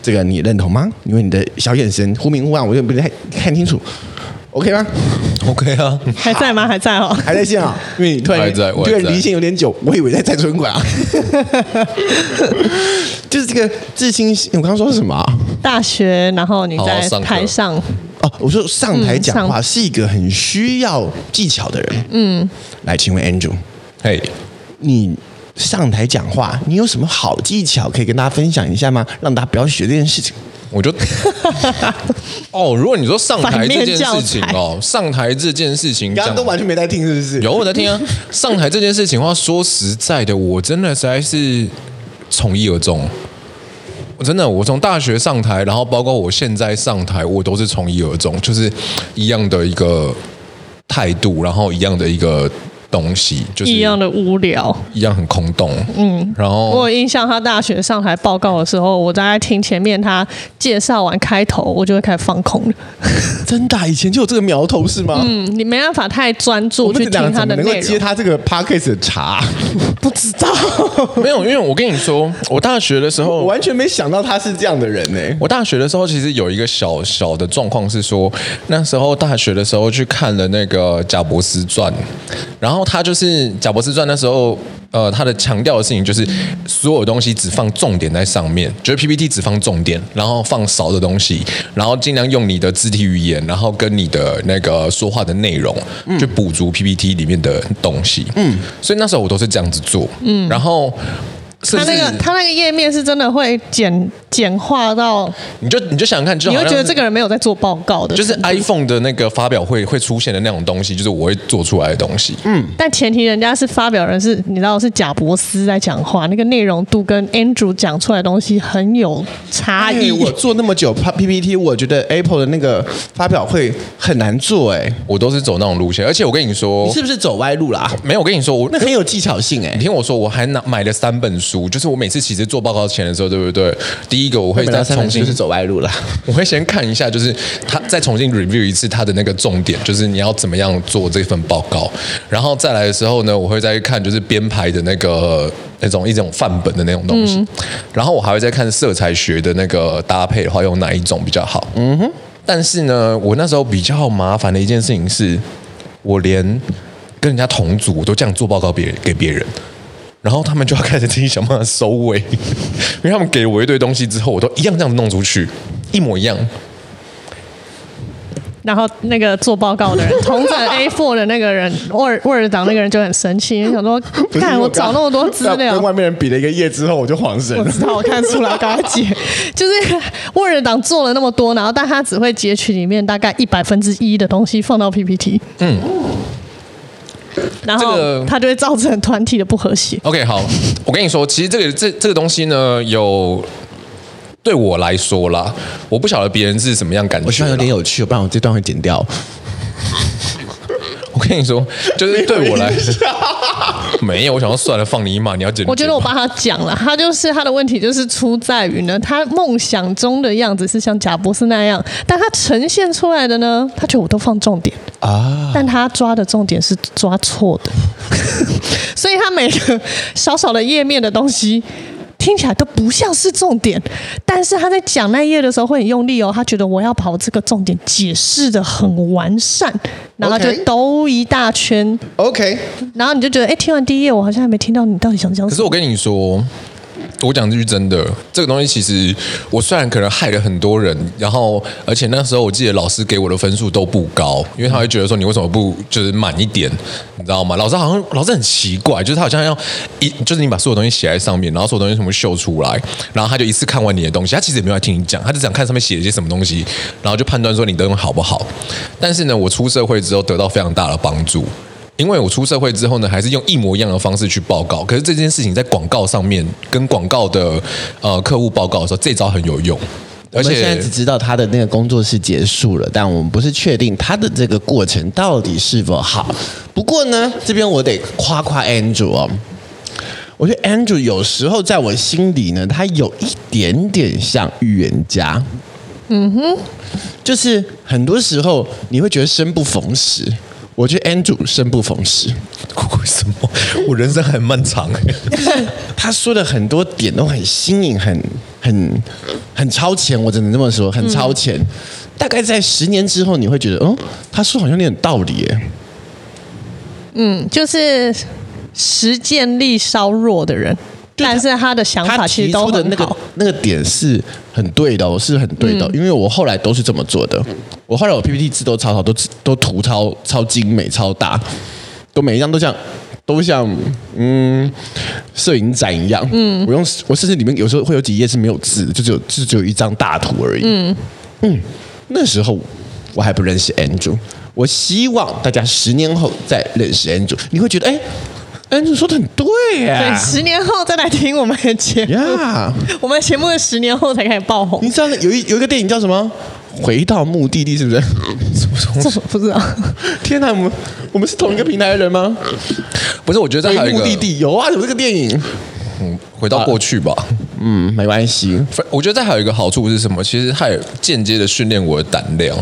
Speaker 3: 这个你认同吗？因为你的小眼神忽明忽暗，我有点不太看清楚。OK 吗？
Speaker 1: OK 啊，
Speaker 2: 还在吗？还在哦。
Speaker 3: 还 在线啊？因为你突然
Speaker 1: 还在我还
Speaker 3: 突然
Speaker 1: 在
Speaker 3: 离线有点久，我以为在在存款啊。就是这个自信心，我刚刚说什么啊、
Speaker 2: 大学，然后你
Speaker 1: 好好
Speaker 2: 在
Speaker 1: 上课
Speaker 2: 台上，
Speaker 3: 哦，我说上台讲
Speaker 2: 嗯
Speaker 3: 话
Speaker 2: 上
Speaker 3: 是一个很需要技巧的人。嗯，来，请问 Andrew，
Speaker 1: 嘿，
Speaker 3: 你上台讲话，你有什么好技巧可以跟大家分享一下吗？让大家不要学这件事情。
Speaker 1: 我 就哦，如果你说上台
Speaker 2: 反面
Speaker 1: 这件事情
Speaker 2: 教材
Speaker 1: 哦，上台这件事情
Speaker 3: 你刚刚都
Speaker 1: 讲
Speaker 3: 完全没在听，是不是？
Speaker 1: 有我在听 啊。上台这件事情的话，说实在的，我真的实在是从一而终。我真的，我从大学上台，然后包括我现在上台，我都是从一而终，就是一样的一个态度，然后一样的一个东西，就是
Speaker 2: 一样的无聊。
Speaker 1: 一样很空洞。嗯，然后
Speaker 2: 我有印象，他大学上台报告的时候，我大概听前面他介绍完开头，我就会开始放空了。
Speaker 3: 真的啊、以前就有这个苗头是吗？嗯，
Speaker 2: 嗯，你没办法太专
Speaker 3: 我
Speaker 2: 注
Speaker 3: 们
Speaker 2: 去
Speaker 3: 这两
Speaker 2: 听
Speaker 3: 个
Speaker 2: 他
Speaker 3: 怎
Speaker 2: 的
Speaker 3: 么能够
Speaker 2: 内
Speaker 3: 接
Speaker 2: 容。
Speaker 3: 他这个 podcast 的茬？
Speaker 2: 不知道，
Speaker 1: 没有，因为我跟你说，我大学的时
Speaker 3: 我
Speaker 1: 候，
Speaker 3: 完全没想到他是这样的人呢、欸
Speaker 1: 我大学的时候其实有一个小小的状况是说，那时候大学的时候去看了那个贾伯斯传，然后他就是贾伯斯传那时候。呃，他的强调的事情就是所有东西只放重点在上面，就是 PPT 只放重点，然后放少的东西，然后尽量用你的肢体语言，然后跟你的那个说话的内容，
Speaker 2: 嗯
Speaker 1: 去补足 PPT 里面的东西。嗯，所以那时候我都是这样子做。嗯，然后甚
Speaker 2: 他
Speaker 1: 至
Speaker 2: 那个他那个页面是真的会简简化到，
Speaker 1: 你就你就想看，就
Speaker 2: 你
Speaker 1: 好
Speaker 2: 会
Speaker 1: 像
Speaker 2: 觉得这个人没有在做报告的。
Speaker 1: 就是
Speaker 3: 啊
Speaker 1: iPhone 的那个发表会会出现的那种东西，就是我会做出来的东西。嗯，
Speaker 2: 但前提人家是发表人是，你知道是贾伯斯在讲话，那个内容度跟 Andrew 讲出来的东西很有差异。
Speaker 3: 哎我做那么久 P P T，我觉得 Apple 的那个发表会很难做哎、
Speaker 1: 我都是走那种路线，而且我跟你说
Speaker 3: 你，是不是走歪路啦、
Speaker 1: 没有，我跟你说，我
Speaker 3: 那很有技巧性哎、
Speaker 1: 你听我说，我还拿买了三本书，就是我每次其实做报告前的时候，对不对？第一个我会再重新
Speaker 3: 就是走歪路 啦。
Speaker 1: 我会先看一下，就是他再重新 review 一次他的那个重点，就是你要怎么样做这份报告，然后再来的时候呢，我会再去看就是编排的那个那种一种范本的那种东西，然后我还会再看色彩学的那个搭配的话，用哪一种比较好。嗯哼。但是呢，我那时候比较麻烦的一件事情是，我连跟人家同组我都这样做报告别人给别人。然后他们就要开始自己想办法收尾， 因为他们给我一堆东西之后，我都一样这样弄出去，一模一样。
Speaker 2: 然后那个做报告的人，同整 A4 的那个人，Word Word 档那个人就很生气，想说：“看我找那么多 资料，
Speaker 3: 跟外面人比了一个耶之后，我就慌 神
Speaker 2: 我
Speaker 3: 了。
Speaker 2: 知道，我看出来，刚才姐 就是 Word 档做了那么多，然后但他只会截取里面大概一百分之一的东西放到 PPT，嗯，然
Speaker 1: 这
Speaker 2: 后
Speaker 1: 个
Speaker 2: 他就会造成团体的不和谐。
Speaker 1: OK，好，我跟你说，其实这个这这个东西呢，有对我来说啦，我不晓得别人是什么样感觉啦。
Speaker 3: 我希望有点有趣，不然我这段会剪掉。
Speaker 1: 我跟你说，就是对我来，没有，我想要算了，放你一马，你要剪。
Speaker 2: 我觉得我帮他讲了，他就是他的问题就是出在于呢，他梦想中的样子是像贾博士那样，但他呈现出来的呢，他觉得我都放重点啊，但他抓的重点是抓错的， 所以他每个小小的页面的东西。听起来都不像是重点，但是他在讲那一页的时候会很用力哦，他觉得我要把我这个重点解释的很完善，然后他就
Speaker 3: OK
Speaker 2: 兜一大圈，
Speaker 3: OK，
Speaker 2: 然后你就觉得，哎，听完第一页，我好像还没听到你到底想讲
Speaker 1: 可
Speaker 2: 什
Speaker 1: 是
Speaker 2: 么
Speaker 1: 我。跟你说，我讲句真的，这个东西其实我虽然可能害了很多人，然后而且那时候我记得老师给我的分数都不高，因为他会觉得说你为什么不就是满一点，你知道吗？老师好像老师很奇怪，就是他好像要一就是你把所有东西写在上面，然后所有东西全部秀出来，然后他就一次看完你的东西，他其实也没有来听你讲，他就想看上面写了些什么东西，然后就判断说你的东西好不好。但是呢，我出社会之后得到非常大的帮助。因为我出社会之后呢，还是用一模一样的方式去报告。可是这件事情在广告上面跟广告的呃客户报告的时候，这招很有用。而
Speaker 3: 我们现在
Speaker 1: 且
Speaker 3: 只知道他的那个工作室结束了，但我们不是确定他的这个过程到底是否好。不过呢，这边我得夸夸 Andrew 哦。我觉得 Andrew 有时候在我心里呢，他有一点点像预言家。嗯哼，就是很多时候你会觉得生不逢时。我觉得 Andrew 生不逢时。
Speaker 1: 为什么 我人生很漫 长、
Speaker 3: 他说的很多点都很新颖，很很很超前，我只能这么说，很超前。大概在十年之后，你会觉得，嗯，他说好像有点道理耶。
Speaker 2: 嗯，就是实践力稍弱的人，但是他的想法
Speaker 3: 他
Speaker 2: 其
Speaker 3: 提
Speaker 2: 实都
Speaker 3: 出的
Speaker 2: 很
Speaker 3: 那个
Speaker 2: 好。嗯
Speaker 3: 那个点是很对的、哦，是很对的哦、因为我后来都是这么做的。我后来我 PPT 字都超好，都都图超超精美、超大，都每一张都像都像嗯摄影展一样。嗯，我用我甚至里面有时候会有几页是没有字的，就只有就只有一张大图而已。嗯嗯，那时候我还不认识 Andrew，我希望大家十年后再认识 Andrew，你会觉得哎。Andrew 说的很对
Speaker 2: 对，
Speaker 3: 呀，
Speaker 2: 十年后再来听我们的节目，
Speaker 3: 呀，
Speaker 2: 我们的节目是十年后才开始爆红
Speaker 3: 你，知道那有一有一个电影叫什么？回到目的地是不是？
Speaker 2: 这我不知 道。
Speaker 3: 天哪，我们我们是同一个平台的人吗？
Speaker 1: 不是，我觉得这还有
Speaker 3: 回
Speaker 1: 一个
Speaker 3: 目的，地有啊，有这个电影。
Speaker 1: 嗯，回到过去吧。
Speaker 3: 嗯，没关系。
Speaker 1: 反我觉得这还有一个好处是什么？其实它也间接的训练我的胆量。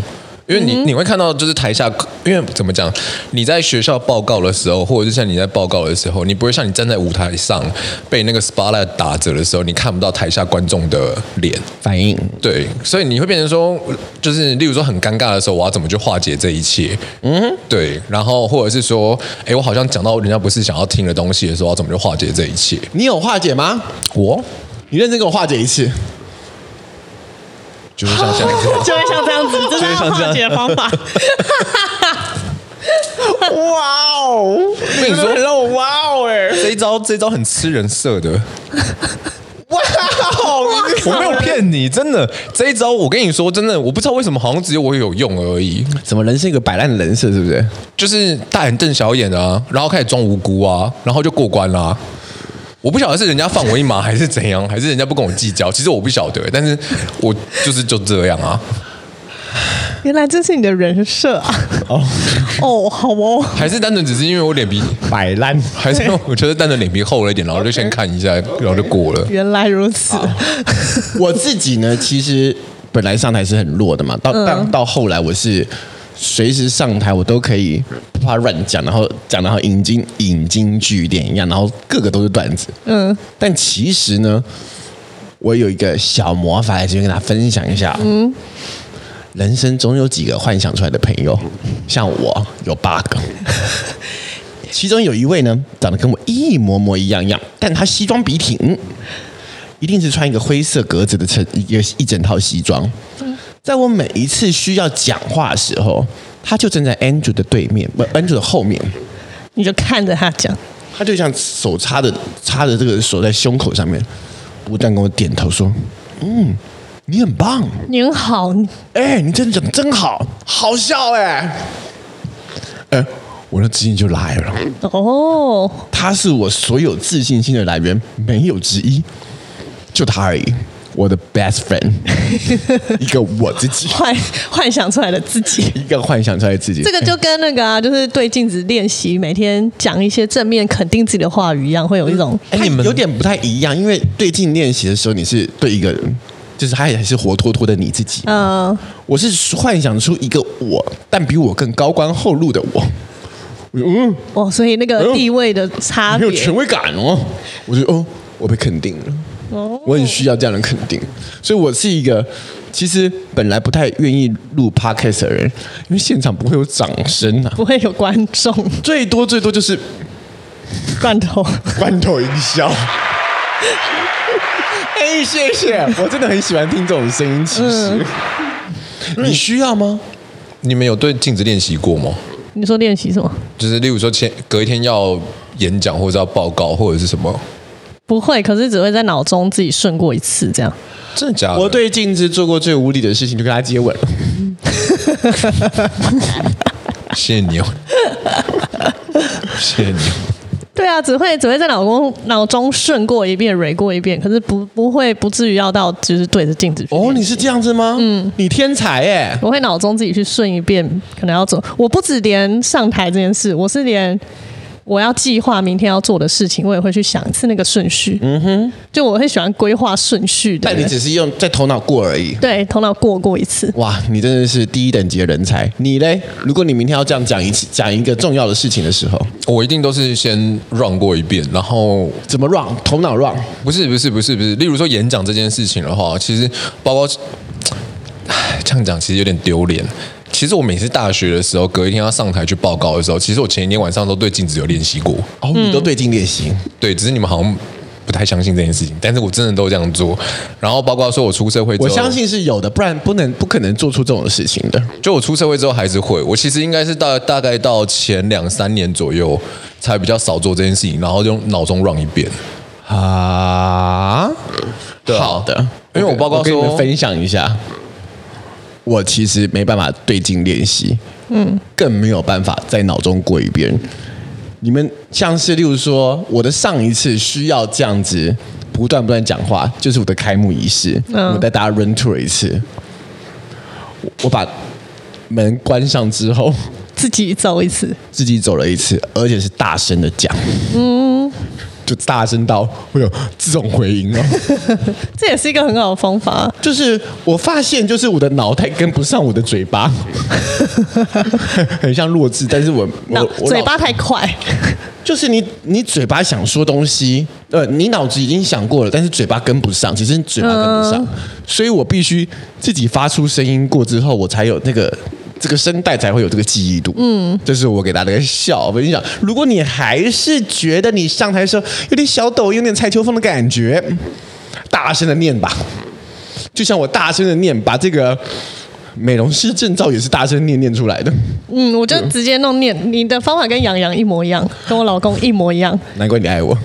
Speaker 1: 因为你你会看到，就是台下，因为怎么讲，你在学校报告的时候，或者是像你在报告的时候，你不会像你站在舞台上被那个 spotlight 打着的时候，你看不到台下观众的脸。
Speaker 3: 反应
Speaker 1: 对，所以你会变成说，就是例如说很尴尬的时候，我要怎么去化解这一切？嗯，对，然后或者是说，哎，我好像讲到人家不是想要听的东西的时候，我要怎么去化解这一切？
Speaker 3: 你有化解吗？
Speaker 1: 我
Speaker 3: 你认真给我化解一次。
Speaker 1: 就是像现在这样
Speaker 2: 就会像这样子，这是他化解的方法。
Speaker 3: 哇哦！
Speaker 1: 我跟你说，
Speaker 3: 让我哇哦哎！
Speaker 1: 这一招这一招很吃人设的，
Speaker 3: 哇哦！
Speaker 1: 我没有骗你，真的这一招我跟你说，真的我不知道为什么好像只有我有用而已，
Speaker 3: 怎么人是一个摆烂的人设是不是？
Speaker 1: 就是大眼瞪小眼啊，然后开始装无辜啊，然后就过关啦、我不晓得是人家放我一马还是怎样，还是人家不跟我计较，其实我不晓得，但是我就是就这样啊，
Speaker 2: 原来这是你的人设啊！哦，哦，好哦，
Speaker 1: 还是单纯只是因为我脸皮。
Speaker 3: 摆烂。
Speaker 1: 还是我觉得单纯脸皮厚了一点，然后就先看一下，然后就过了。
Speaker 2: 原来如此。
Speaker 3: 哦 我自己呢，其实本来上台是很弱的嘛，到到到后来我是随时上台，我都可以不怕乱讲，然后讲然后引经引经据典一样，然后个个都是段子。嗯，但其实呢，我有一个小魔法，今天跟大家分享一下。嗯。人生总有几个幻想出来的朋友，像我有八 个，其中有一位呢长得跟我一模模一样样，但他西装笔挺，一定是穿一个灰色格子的衬一个一整套西装。在我每一次需要讲话的时候，他就站在 Andrew 的对面，不，Andrew 的后面，
Speaker 2: 你就看着他讲，
Speaker 3: 他就像手插着插着这个手在胸口上面，不断跟我点头说：“嗯，你很棒，
Speaker 2: 您好，
Speaker 3: 哎、你真的讲得真好，好笑哎、哎、我的自信就来了，
Speaker 2: 哦，
Speaker 3: 他是我所有自信心的来源，没有之一，就他而已。我的 best friend，一个我自己。
Speaker 2: 幻幻想出来的自己。
Speaker 3: 一个幻想出来自己。
Speaker 2: 这个就跟那个啊，就是对镜子练习，每天讲一些正面肯定自己的话语一样，会有一种
Speaker 3: 哎，你们有点不太一样，因为对镜练习的时候，你是对一个人，就是他也是活脱脱的你自己。
Speaker 2: 呃，
Speaker 3: 我是幻想出一个我，但比我更高官厚禄的我。我就嗯，
Speaker 2: 哦，所以那个地位的差
Speaker 3: 很有权
Speaker 2: 别，
Speaker 3: 威感哦。我觉得哦，我被肯定了。
Speaker 2: 哦
Speaker 3: 我很需要这样的肯定，所以我是一个其实本来不太愿意录 podcast 的人，因为现场不会有掌声 啊，
Speaker 2: 不会有观众
Speaker 3: 最多最多就是
Speaker 2: 罐头。
Speaker 3: 罐头营销。 哎，谢谢，我真的很喜欢听这种声音。其
Speaker 2: 嗯
Speaker 3: 实，你需要吗？
Speaker 1: 你们有对镜子练习过吗？
Speaker 2: 你说练习什么？
Speaker 1: 就是例如说前隔一天要演讲，或者要报告，或者是什么？
Speaker 2: 不会，可是只会在脑中自己顺过一次这样。
Speaker 1: 真的假的？
Speaker 3: 我对镜子做过最无理的事情，就跟他接吻
Speaker 2: 嗯
Speaker 3: 了。
Speaker 1: 谢谢你哦，谢谢你哦。
Speaker 2: 对啊，只会只会在脑中脑中顺过一遍、蕊过一遍，可是不不会不至于要到就是对着镜子去。
Speaker 3: 哦，你是这样子吗？嗯，你天才哎、
Speaker 2: 我会脑中自己去顺一遍，可能要做。我不止连上台这件事，我是连我要计划明天要做的事情，我也会去想一次那个顺序。嗯哼，就我会喜欢规划顺序的
Speaker 3: 但你
Speaker 2: 人。
Speaker 3: 只是用在头脑过而已。
Speaker 2: 对，头脑过过一次。
Speaker 3: 哇，你真的是第一等级的人才。你嘞？如果你明天要这样讲一次，讲一个重要的事情的时候，
Speaker 1: 我一定都是先 run 过一遍，然后
Speaker 3: 怎么 run？头脑 run？
Speaker 1: 不是不是不是不是，例如说演讲这件事情的话，其实包包，唉这样讲其实有点丢脸。其实我每次大学的时候，隔一天要上台去报告的时候，其实我前一天晚上都对镜子有练习过。
Speaker 3: 哦，你都对镜练习。
Speaker 1: 对，只是你们好像不太相信这件事情，但是我真的都这样做。然后包括说我出社会之
Speaker 3: 我
Speaker 1: 后，
Speaker 3: 相信是有的，不然不能不可能做出这种事情的。
Speaker 1: 就我出社会之后还是会，我其实应该是大大概到前两三年左右才比较少做这件事情，然后用脑中 run 一遍。
Speaker 3: 啊，
Speaker 1: 对啊
Speaker 3: 好的，
Speaker 1: 因为我报告
Speaker 3: 跟你们
Speaker 1: 说
Speaker 3: 分享一下，我其实没办法对镜练习，嗯，更没有办法在脑中过一遍。你们像是例如说，我的上一次需要这样子不断不断讲话，就是我的开幕仪式，
Speaker 2: 嗯
Speaker 3: 我带大家 run tour 一次，我我把门关上之后。
Speaker 2: 自己走一次，
Speaker 3: 自己走了一次，而且是大声的讲，嗯，就大声到会有这种回音 哦。
Speaker 2: 这也是一个很好的方法。
Speaker 3: 就是我发现，就是我的脑袋跟不上我的嘴 巴，很像弱智，但是我我
Speaker 2: 脑
Speaker 3: 我
Speaker 2: 嘴
Speaker 3: 脑
Speaker 2: 巴太快，
Speaker 3: 就是你你嘴巴想说东西，呃，你脑子已经想过了，但是嘴巴跟不上，只是你嘴巴跟不上，所以我必须自己发出声音过之后，我才有那个。这个声带才会有这个记忆度，嗯，这是我给大家的一个小分享。如果你还是觉得你上台的时候有点小抖，有点蔡秋风的感觉，大声的念吧，就像我大声的念，把这个美容师证照也是大声念念出来的。
Speaker 2: 嗯，我就直接弄念你的方法跟杨洋一模一样，跟我老公一模一样。
Speaker 3: 难怪你爱我，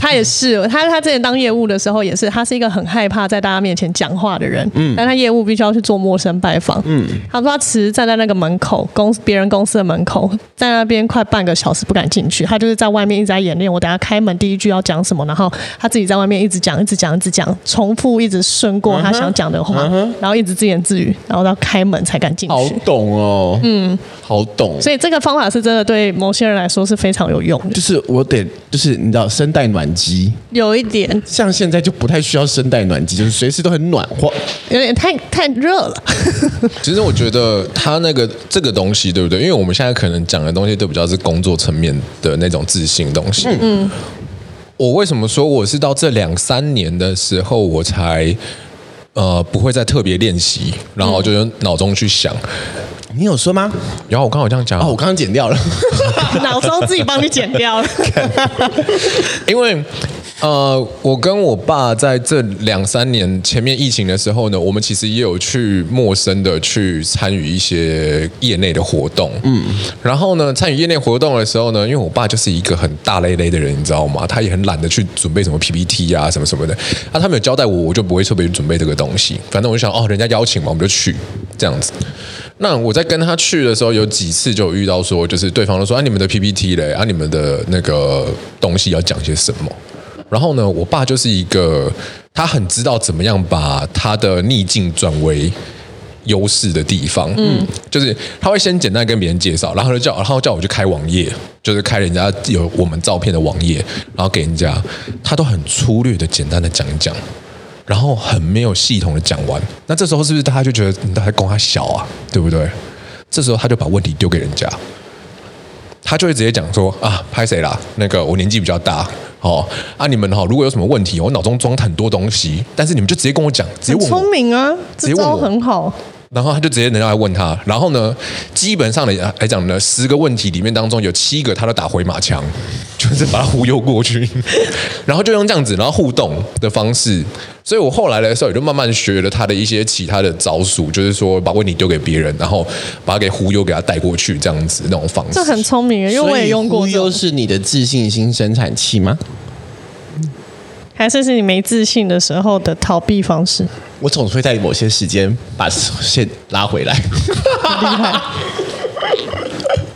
Speaker 2: 他也是，他他之前当业务的时候也是，他是一个很害怕在大家面前讲话的人。嗯，但他业务必须要去做陌生拜访。嗯，他说他其实站在那个门口，公别人公司的门口，在那边快半个小时不敢进去。他就是在外面一直在演练，我等下开门第一句要讲什么，然后他自己在外面一直讲，一直讲，一直讲，重复一直顺过他想讲的话，然后一直自言自语，然后到开门才敢进
Speaker 3: 好
Speaker 2: 去。
Speaker 3: 懂哦，嗯，好懂。
Speaker 2: 所以这个方法是真的对某些人来说是非常有用的
Speaker 3: 就，是我得，就是你知道，声带暖机，
Speaker 2: 有一点
Speaker 3: 像现在就不太需要声带暖机，就是随时都很暖和。
Speaker 2: 有点太太热了。
Speaker 1: 其实我觉得他那个这个东西，对不对？因为我们现在可能讲的东西都比较是工作层面的那种自信东西。嗯，我为什么说我是到这两三年的时候我才呃不会再特别练习，然后就用脑中去想。
Speaker 3: 你有说吗？
Speaker 1: 然后我刚好这样讲
Speaker 3: 哦，我刚刚剪掉了。
Speaker 2: 脑中自己帮你剪掉 了。
Speaker 1: 因为呃，我跟我爸在这两三年前面疫情的时候呢，我们其实也有去陌生的去参与一些业内的活动，嗯，然后呢，参与业内活动的时候呢，因为我爸就是一个很大累累的人，你知道吗？他也很懒得去准备什么 PPT 啊，什么什么的。那、他们有交代我，我就不会特别准备这个东西。反正我就想，哦，人家邀请嘛，我们就去这样子。那我在跟他去的时候，有几次就有遇到说，就是对方都说啊，你们的 PPT 嘞，啊，你们的那个东西要讲些什么？然后呢，我爸就是一个他很知道怎么样把他的逆境转为优势的地方，嗯，就是他会先简单跟别人介绍，然后就叫，然后叫我去开网页，就是开人家有我们照片的网页，然后给人家，他都很粗略的、简单的讲一讲，然后很没有系统的讲完。那这时候是不是大家就觉得你到底在供他小啊，对不对？这时候他就把问题丢给人家，他就会直接讲说啊，拍谁啦？那个我年纪比较大，哦啊，你们哈、如果有什么问题，我脑中装很多东西，但是你们就直接跟我讲，直接
Speaker 2: 很
Speaker 1: 问我
Speaker 2: 聪。明啊，这
Speaker 1: 接问
Speaker 2: 招
Speaker 1: 我
Speaker 2: 很好。
Speaker 1: 然后他就直接人家来问他，然后呢，基本上来来讲呢，十个问题里面当中有七个他都打回马枪， 就是把他忽悠过去， 然后就用这样子，然后互动的方式。所以我后来的时候也就慢慢学了他的一些其他的招数，就是说把问题丢给别人，然后把他给忽悠，给他带过去这样子那种方式。
Speaker 2: 这很聪明， 啊因为我也用过
Speaker 3: 所以
Speaker 2: 这
Speaker 3: 忽悠
Speaker 2: 种。
Speaker 3: 是你的自信心生产器吗？
Speaker 2: 还是是你没自信的时候的逃避方 式。
Speaker 3: 我总会在某些时间把线拉回来。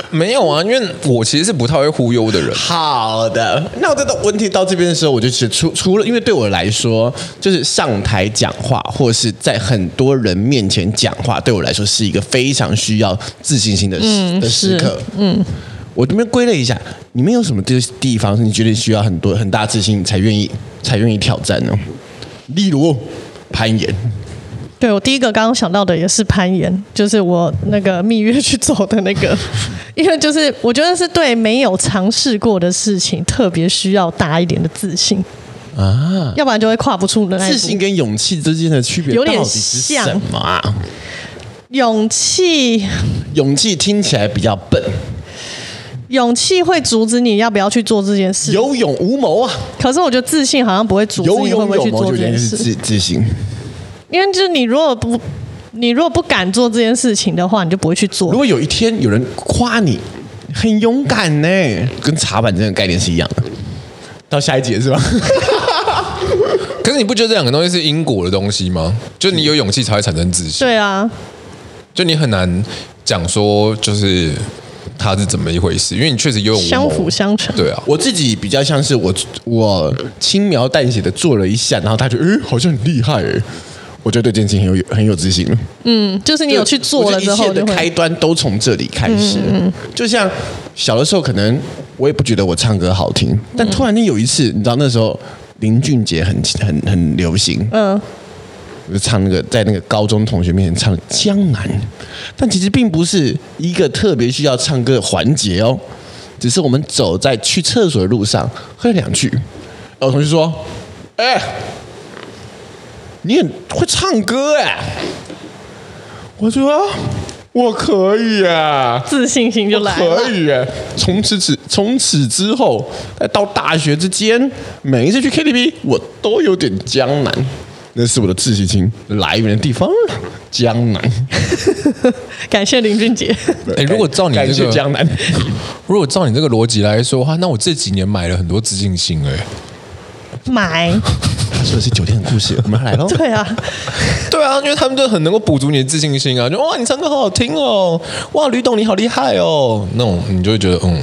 Speaker 1: 没有啊，因为我其实是不太会忽悠的人。
Speaker 3: 好的，那我这个问题到这边的时候，我就觉得除除了，因为对我来说，就是上台讲话，或是在很多人面前讲话，对我来说是一个非常需要自信心的时、
Speaker 2: 嗯
Speaker 3: 的
Speaker 2: 是
Speaker 3: 时刻。嗯，我这边归类一下，你们有什么地地方是你觉得需要很多很大自信才愿意才愿意挑战呢？例如攀岩，
Speaker 2: 对我第一个刚刚想到的也是攀岩，就是我那个蜜月去走的那个， 因为就是我觉得是对没有尝试过的事情特别需要大一点的自信啊，要不然就会跨不出那一步
Speaker 3: 自信跟勇气之间的区别
Speaker 2: 有点
Speaker 3: 到底是
Speaker 2: 像
Speaker 3: 什么啊？
Speaker 2: 勇气，
Speaker 3: 勇气听起来比较笨，
Speaker 2: 勇气会阻止你要不要去做这件事，
Speaker 3: 有勇无谋啊。
Speaker 2: 可是我觉得自信好像不会阻止
Speaker 3: 有
Speaker 2: 你会
Speaker 3: 勇
Speaker 2: 不会
Speaker 3: 有
Speaker 2: 去
Speaker 3: 谋
Speaker 2: 做
Speaker 3: 就
Speaker 2: 这
Speaker 3: 一
Speaker 2: 件
Speaker 3: 定是
Speaker 2: 事，
Speaker 3: 自自信。
Speaker 2: 因为就是你如果不。你如果不敢做这件事情的话，你就不会去做
Speaker 3: 如。果有一天有人夸你很勇敢呢、跟茶板这个概念是一样的。到下一节是吧？
Speaker 1: 可是你不觉得这两个东西是因果的东西吗？就你有勇气才会产生自信，
Speaker 2: 对啊，
Speaker 1: 就你很难讲说就是它是怎么一回事，因为你确实有勇无谋
Speaker 2: 相辅相成。
Speaker 1: 对啊，
Speaker 3: 我自己比较像是我我轻描淡写的做了一下，然后他就诶、好像很厉害诶、我觉得对这件事情很有很有自信了。
Speaker 2: 嗯，就是你有去做了之
Speaker 3: 我
Speaker 2: 后，
Speaker 3: 觉得
Speaker 2: 就
Speaker 3: 一切的
Speaker 2: 会
Speaker 3: 开端都从这里开始。就像小的时候，可能我也不觉得我唱歌好听，但突然间有一次，你知道那时候林俊杰很很很流行，
Speaker 2: 嗯，
Speaker 3: 我就唱那个在那个高中同学面前唱《江南》，但其实并不是一个特别需要唱歌的环节哦，只是我们走在去厕所的路上哼了两句，然后我同学说：“哎、你很会唱歌哎、我就说：“啊我可以啊。”
Speaker 2: 自信心就来了。
Speaker 3: 可以耶！从此之从此之后，哎到大学之间，每一次去 KTV，我都有点江南，那是我的自信心来源的地方啊，江南。
Speaker 2: 感谢林俊杰，
Speaker 1: 哎如果照你
Speaker 3: 感
Speaker 1: 这
Speaker 3: 谢
Speaker 1: 个
Speaker 3: 江南，
Speaker 1: 如果照你这个逻辑来说的话，那我这几年买了很多自信心哎、
Speaker 2: 买
Speaker 3: 他说的是酒店的故事，我们来喽。
Speaker 2: 对啊，
Speaker 1: 对啊，因为他们就很能够补足你的自信心啊，就哇你唱歌好好听哦，哇吕董你好厉害哦，那种你就会觉得嗯，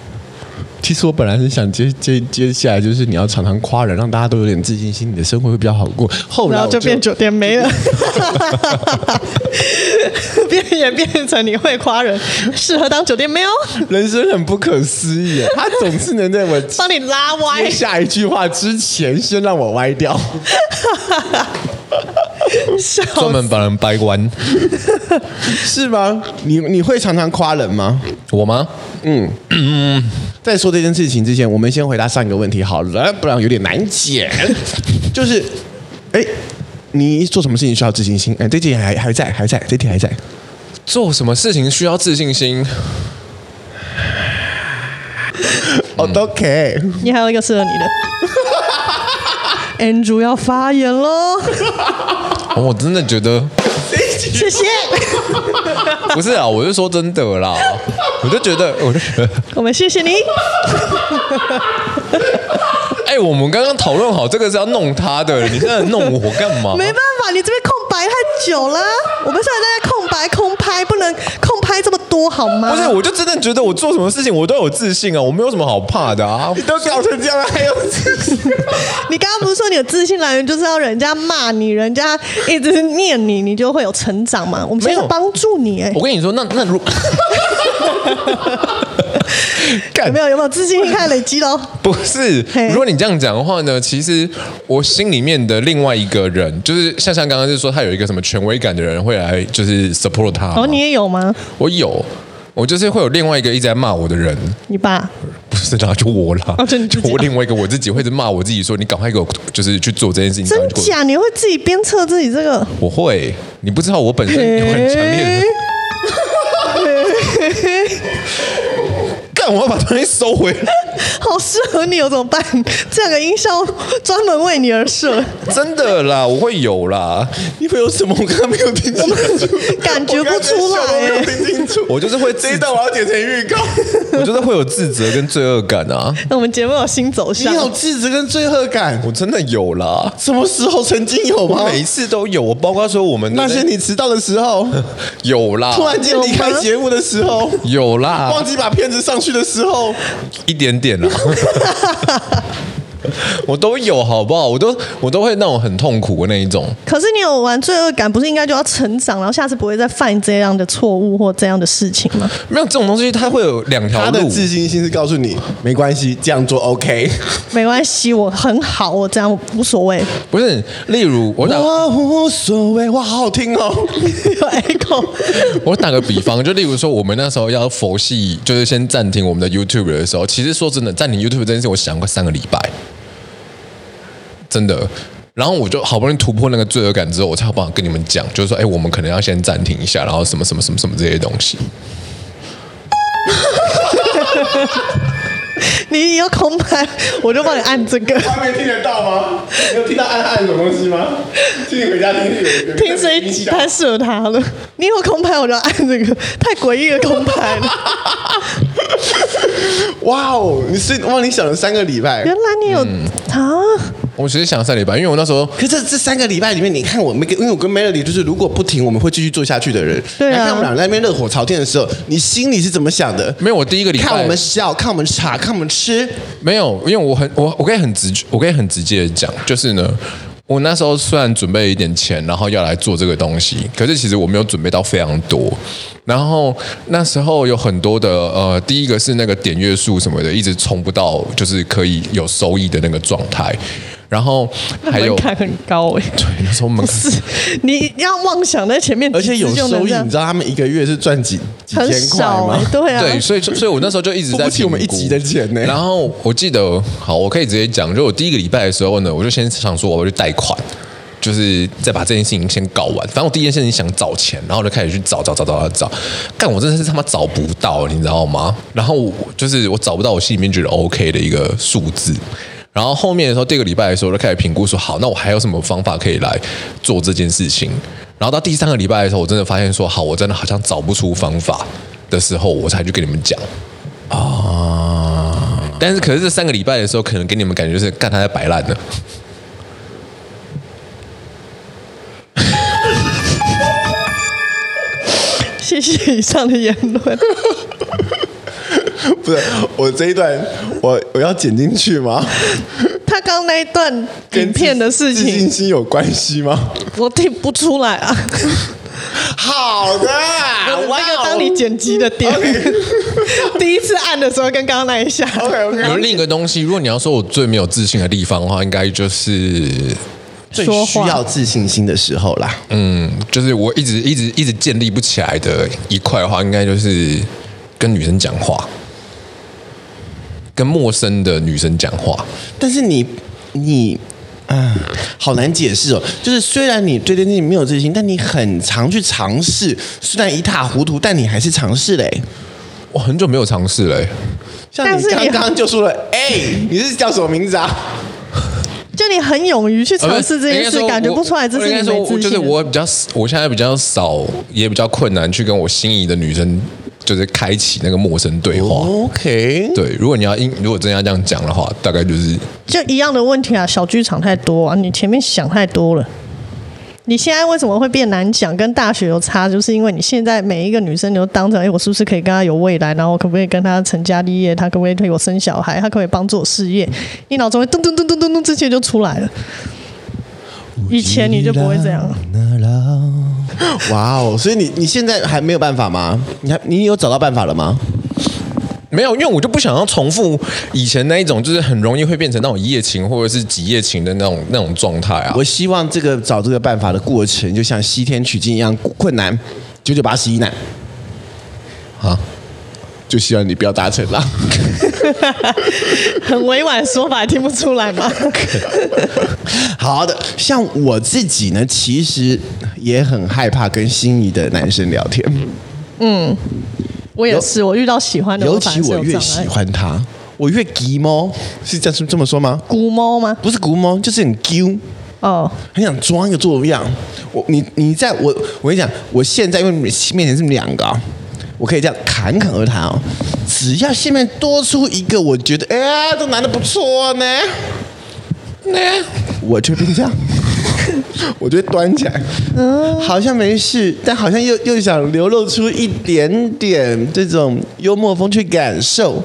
Speaker 3: 其实我本来是想接接接下来就是你要常常夸人，让大家都有点自信心，你的生活会比较好过。后来
Speaker 2: 然
Speaker 3: 我
Speaker 2: 后就变酒店妹了， 变也变成你会夸人，适合当酒店妹哦，
Speaker 3: 人生很不可思议耶，他总是能在我
Speaker 2: 帮你拉歪
Speaker 3: 接。下一句话之前先让我歪掉。
Speaker 2: 笑死
Speaker 1: 专门把人掰弯，
Speaker 3: 是吗？你你会常常夸人吗？
Speaker 1: 我吗？
Speaker 3: 在说这件事情之前，我们先回答上一个问题好了，不然有点难解。就是，哎，你做什么事情需要自信心？哎，这题还还在，还在，这题还在。
Speaker 1: 做什么事情需要自信心？
Speaker 3: 哦、都 OK，
Speaker 2: 你还有一个适合你的。Andrew 要发言喽，
Speaker 1: 哦我真的觉得
Speaker 2: 谢谢。
Speaker 1: 不是啊，我是说真的啦，我就觉得，我就觉得，
Speaker 2: 我们谢谢 你。
Speaker 1: 哎、我们刚刚讨论好这个是要弄他的，你现在弄我干 嘛？
Speaker 2: 没办法，你这边空白太久了，我们现在在空白空拍，不能空拍这么多好吗？
Speaker 1: 不是，我就真的觉得我做什么事情我都有自信啊，我没有什么好怕的啊。
Speaker 3: 你都搞成这样了，还有自信？
Speaker 2: 你刚刚不是说你的自信来源就是要人家骂你，人家一直念你，你就会有成长嘛？我们现在
Speaker 1: 没有
Speaker 2: 帮助你、哎，
Speaker 1: 我跟你说，那那如
Speaker 2: 有没有有没有自信心开始累积喽？
Speaker 1: 不是
Speaker 2: 嘿，
Speaker 1: 如果你这样讲的话呢，其实我心里面的另外一个人，就是像像刚刚是说他有一个什么权威感的人会来，就是 support 他嘛。
Speaker 2: 哦，你也有吗？
Speaker 1: 我有，我就是会有另外一个一直在骂我的人，
Speaker 2: 你爸
Speaker 1: 不是啦，就我 啦，
Speaker 2: 哦就你自己
Speaker 1: 我另外一个我自己会一直骂我自己说，你赶快给我就是去做这件事情。
Speaker 2: 真
Speaker 1: 赶快去做
Speaker 2: 假？你会自己鞭策自己这个？
Speaker 1: 我会， 你不知道我本身有很强烈的
Speaker 2: 哎。
Speaker 1: 干，我要把东西收回来。
Speaker 2: 好适合你哦，怎么办？这个音效专门为你 而设，
Speaker 1: 真的啦，我会有啦，
Speaker 3: 你会有什么？我刚刚没有听清楚，
Speaker 2: 感觉不出来
Speaker 3: 我刚刚真的笑到没有
Speaker 2: 哎。
Speaker 3: 听清楚。
Speaker 1: 我就是会自
Speaker 3: 这一，段我要剪成预告。
Speaker 1: 我就是会有自责跟罪恶感啊，
Speaker 2: 那我们节目有新走向
Speaker 3: 你，有自责跟罪恶感，
Speaker 1: 我真的有啦，
Speaker 3: 什么时候曾经有
Speaker 1: 我
Speaker 3: 吗？
Speaker 1: 每一次啊都有，我包括说我们
Speaker 3: 那些你迟到的时候，
Speaker 1: 有啦，
Speaker 3: 突然间离开节目的时候，
Speaker 1: 有啦，
Speaker 3: 忘记把片子上去的时候，
Speaker 1: 一点点 啦。我都有，好不好？我都我都会那种很痛苦的那一种，
Speaker 2: 可是你有玩罪恶感，不是应该就要成长，然后下次不会再犯这样的错误或这样的事情吗？
Speaker 1: 没有这种东西，它会有两条
Speaker 3: 他的
Speaker 1: 路。
Speaker 3: 自信心是告诉你没关系，这样做 OK。
Speaker 2: 没关系，我很好，我这样无所 谓。
Speaker 1: 不是，例如我打
Speaker 3: 我无所谓，哇，好好听哦。
Speaker 2: 有 echo，
Speaker 1: 我打个比方，就例如说，我们那时候要佛系，就是先暂停我们的 YouTube 的时候，其实说真的，暂停 YouTube 这件事，我想过三个礼拜，真的。然后我就好不容易突破那个罪恶感之后，我才有办法跟你们讲，就是说，哎，我们可能要先暂停一下，然后什么什么什么什么这些东西。
Speaker 2: 你有空拍，我就帮你按这个。
Speaker 3: 外面听得到吗？你有听到暗暗什么东西吗？请你回家听听。
Speaker 2: 听谁太适合他了？你有空拍我就按这个，太诡异的空拍了。
Speaker 3: 哇哦，你是哇，你想了三个礼拜
Speaker 2: 原。来你有、
Speaker 3: 嗯
Speaker 2: 啊？
Speaker 1: 我其实想了三个礼拜，因为我那时候
Speaker 3: 可是这三个礼拜里面，你看我们跟，因为我跟 Melody 就是，如果不停，我们会继续做下去的人。
Speaker 2: 对啊
Speaker 3: 你看我们俩在那边热火朝天的时候，你心里是怎么想的？
Speaker 1: 没有，我第一个礼拜
Speaker 3: 看我们笑，看我们傻，看我们吃，
Speaker 1: 没有，因为我很我我可以很直觉，我可以很直接的讲，就是呢，我那时候虽然准备了一点钱，然后要来做这个东西，可是其实我没有准备到非常多。然后那时候有很多的呃，第一个是那个点阅数什么的，一直冲不到就是可以有收益的那个状态。然后还有
Speaker 2: 门槛很高哎、
Speaker 1: 对那时候门槛
Speaker 2: 是 你要妄想在前面，
Speaker 3: 而且有
Speaker 2: 几次就能
Speaker 3: 收益，
Speaker 2: 这样
Speaker 3: 你知道他们一个月是赚几几
Speaker 2: 很
Speaker 3: 千块
Speaker 2: 少
Speaker 3: 吗
Speaker 2: 哎、？对啊，
Speaker 1: 对，所以所以我那时候就一直在
Speaker 3: 付不起我们
Speaker 1: 评估
Speaker 3: 一集的钱呢
Speaker 1: 然后我记得，好，我可以直接讲，就我第一个礼拜的时候呢，我就先想说我要去贷款。就是再把这件事情先搞完。反正我第一件事情想找钱，然后我就开始去找找找找找找。干，我真的是他妈找不到，你知道吗？然后我就是我找不到我心里面觉得 OK 的一个数字。然后后面的时候，第二个礼拜的时候，我就开始评估说，好，那我还有什么方法可以来做这件事情？然后到第三个礼拜的时候，我真的发现说，好，我真的好像找不出方法的时候，我才去跟你们讲。
Speaker 3: 啊，
Speaker 1: 哦但是可是这三个礼拜的时候，可能给你们感觉就是干他在摆烂呢。
Speaker 2: 谢谢以上的言论。
Speaker 3: 不是我这一段，我我要剪进去吗？
Speaker 2: 他刚那一段
Speaker 3: 跟
Speaker 2: 影片的事
Speaker 3: 自自信
Speaker 2: 情，
Speaker 3: 心有关系吗？
Speaker 2: 我听不出来啊。
Speaker 3: 好的，哇
Speaker 2: 那个
Speaker 3: 哦
Speaker 2: 当你剪辑的点
Speaker 3: OK
Speaker 2: 第一次按的时候跟刚刚那一下
Speaker 3: OK
Speaker 1: 有
Speaker 3: OK，
Speaker 1: 另一个东西，如果你要说我最没有自信的地方的话，应该就是
Speaker 3: 最
Speaker 2: 说
Speaker 3: 需
Speaker 2: 话
Speaker 3: 要自信心的时候啦。
Speaker 1: 嗯，就是我一直一直一直建立不起来的一块的话，应该就是跟女生讲话，跟陌生的女生讲话。
Speaker 3: 但是你你啊，好难解释哦。就是虽然你对这件事情没有自信，但你很常去尝试，虽然一塌糊涂，但你还是尝试嘞。
Speaker 1: 我很久没有尝试了欸、
Speaker 3: 像
Speaker 2: 但
Speaker 3: 你
Speaker 2: 是
Speaker 3: 刚
Speaker 2: 你
Speaker 3: 刚就说了，哎、你是叫什么名字啊？
Speaker 2: 就你很勇于去尝试这
Speaker 1: 呃
Speaker 2: 件
Speaker 1: 不
Speaker 2: 事，
Speaker 1: 是
Speaker 2: 感觉不出来这是
Speaker 1: 应
Speaker 2: 你
Speaker 1: 该
Speaker 2: 没
Speaker 1: 说我应
Speaker 2: 自
Speaker 1: 该说，就是
Speaker 2: 信的。
Speaker 1: 我比较，我现在比较少，也比较困难去跟我心仪的女生，就是开启那个陌生对
Speaker 3: 哦
Speaker 1: 话。
Speaker 3: OK，
Speaker 1: 对，如果你要硬，如果真的要这样讲的话，大概就是
Speaker 2: 就一样的问题啊，小剧场太多啊，你前面想太多了。你现在为什么会变难讲？跟大学有差，就是因为你现在每一个女生你都当成，哎、我是不是可以跟她有未来？然后我可不可以跟她成家立业？她可不可以对我生小孩？她可不可以帮助我事业？你脑中会咚咚咚咚咚咚，这些就出来了。 以前你就不会这样了。
Speaker 3: 哇哦！所以你你现在还没有办法吗？你还你有找到办法了吗？
Speaker 1: 没有，因为我就不想要重复以前那一种，就是很容易会变成那种一夜情或者是几夜情的那种那种状态啊。
Speaker 3: 我希望这个找这个办法的过程，就像西天取经一样困难，九九八十一难，
Speaker 1: 啊，
Speaker 3: 就希望你不要达成啦。
Speaker 2: 很委婉的说法，听不出来吗？
Speaker 3: 好的，像我自己呢，其实也很害怕跟心仪的男生聊天，
Speaker 2: 嗯我也是，我遇到喜欢的，
Speaker 3: 尤
Speaker 2: 反
Speaker 3: 其
Speaker 2: 而是
Speaker 3: 我
Speaker 2: 有
Speaker 3: 越
Speaker 2: 障碍
Speaker 3: 喜欢他，我越急猫，是这样是这么说吗？
Speaker 2: 古猫吗？
Speaker 3: 不是古猫，就是很丢。
Speaker 2: 哦，
Speaker 3: 很想装一个做样。我你你在我我跟你讲，我现在因为面前是两个、啊，我可以这样侃侃而谈哦。只要下面多出一个，我觉得哎呀，这男的不错呢，呢，我就变这样。 我就会端起来，好像没事，但好像又又想流露出一点点这种幽默风去感受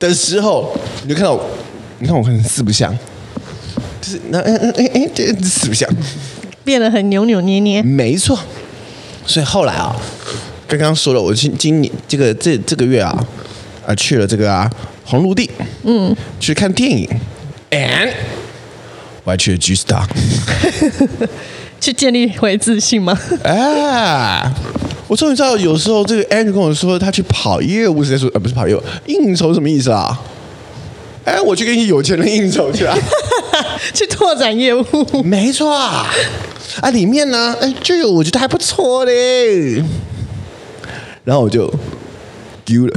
Speaker 3: 的时候，你就看到我，你看我可能四不像，就是那哎哎哎哎，这四不像，
Speaker 2: 变得很扭扭捏捏。
Speaker 3: 没错。所以后来啊，刚刚说了，我今今年这个这这个月啊，啊去了这个啊红陆地，嗯，去看电影，and 我还去了 G Star，
Speaker 2: 去建立回自信吗？
Speaker 3: 啊。我终于知道，有时候这个 Andrew 跟我说他去跑业务是在说，呃，不是跑业务，应酬什么意思啊？哎，我去跟有钱人应酬去啊。
Speaker 2: 去拓展业务？
Speaker 3: 没错啊，啊，里面呢，哎，就有我觉得还不错嘞。然后我就丢了，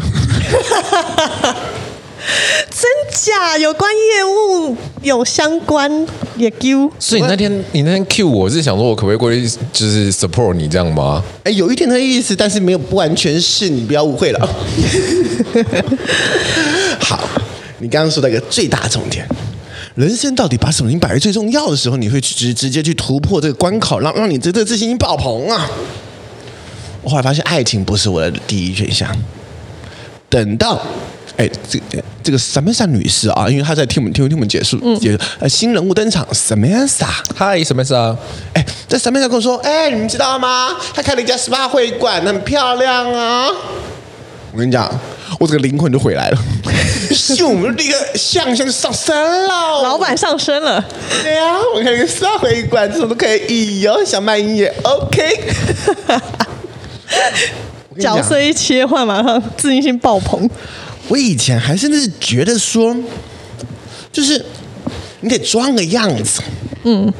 Speaker 2: 真假？有关业务有相关也丢？
Speaker 1: 所以你那天你那天 Q 我是想说，我可不可以过去就是 support 你这样吗？
Speaker 3: 哎，有一点的意思，但是没有不完全是，你不要误会了。好，你刚刚说到一个最大重点。人生到底把什么事情摆在最重要的时候，你会去直直接去突破这个关口，让让你这这自信心爆棚啊！我后来发现，爱情不是我的第一选项。等到，哎，这个这个 Samantha 女士啊，因为她在听我们听听我们结束结束，呃，新人物登场，Samantha。
Speaker 1: 嗨，什么事啊？
Speaker 3: 哎，在上面上跟我说，哎，你们知道吗？他开了一家 SPA 会馆，很漂亮啊。我跟你讲，我这个灵魂就回来 了，咻，我们立刻象象就上升了。
Speaker 2: 老板上身了，
Speaker 3: 对呀、啊，我开了个 SPA 会馆，这种都可以哟、想卖淫也 OK。我跟你讲
Speaker 2: 角色一切换，马上自信心爆棚。
Speaker 3: 我以前还甚至是觉得说，就是你得装个样子，嗯，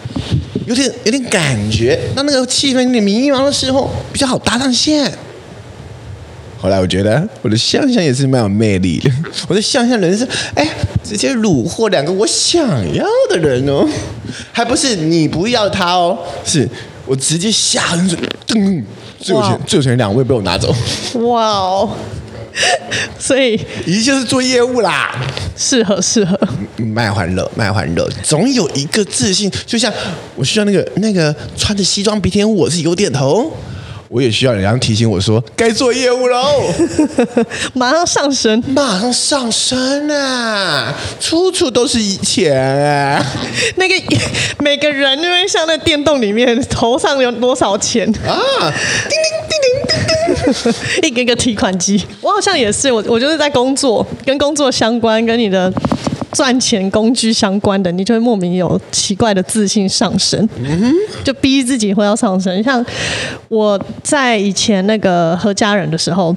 Speaker 3: 有点有点感觉，让那个气氛有点迷茫的时候比较好搭上线。后来我觉得我的象象也是蛮有魅力的， 我的象象人生，哎，直接虏获两个我想要的人哦，还不是你不要他哦，是我直接下狠手，噔，最有
Speaker 2: 哇
Speaker 3: 钱最有钱的两位被我拿走，
Speaker 2: 哇哦！ 所以
Speaker 3: 一切是做业务啦。
Speaker 2: 适合适合，
Speaker 3: 卖欢乐，卖欢乐，总有一个自信。就像我需要那个那个穿着西装笔挺我是有点头，我也需要人家提醒我说该做业务喽，
Speaker 2: 马上上身。
Speaker 3: 马上上升啊，处处都是钱、啊。
Speaker 2: 那个每个人就会像那电动里面头上有多少钱啊，叮叮叮叮叮 叮，一个一个提款机。我好像也是，我我就是在工作，跟工作相关，跟你的赚钱工具相关的，你就会莫名有奇怪的自信上升，就逼自己会要上升。像我在以前那个和家人的时候。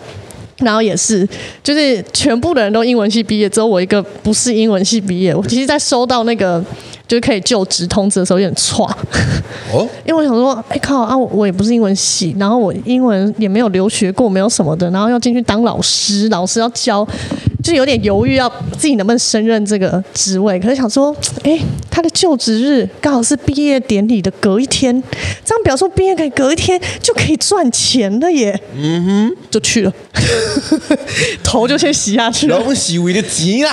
Speaker 2: 然后也是，就是全部的人都英文系毕业，只有我一个不是英文系毕业。我其实，在收到那个就是可以就职通知的时候，有点歘，
Speaker 1: 哦，
Speaker 2: 因为我想说，哎、靠啊，我我也不是英文系，然后我英文也没有留学过，没有什么的，然后要进去当老师，老师要教，就有点犹豫，要自己能不能胜任这个职位。可是想说，哎、他的就职日刚好是毕业典礼的隔一天，这样表示我毕业可以隔一天就可以赚钱了耶。嗯哼，就去了，头就先洗下去了，
Speaker 3: 龙喜为的急啦，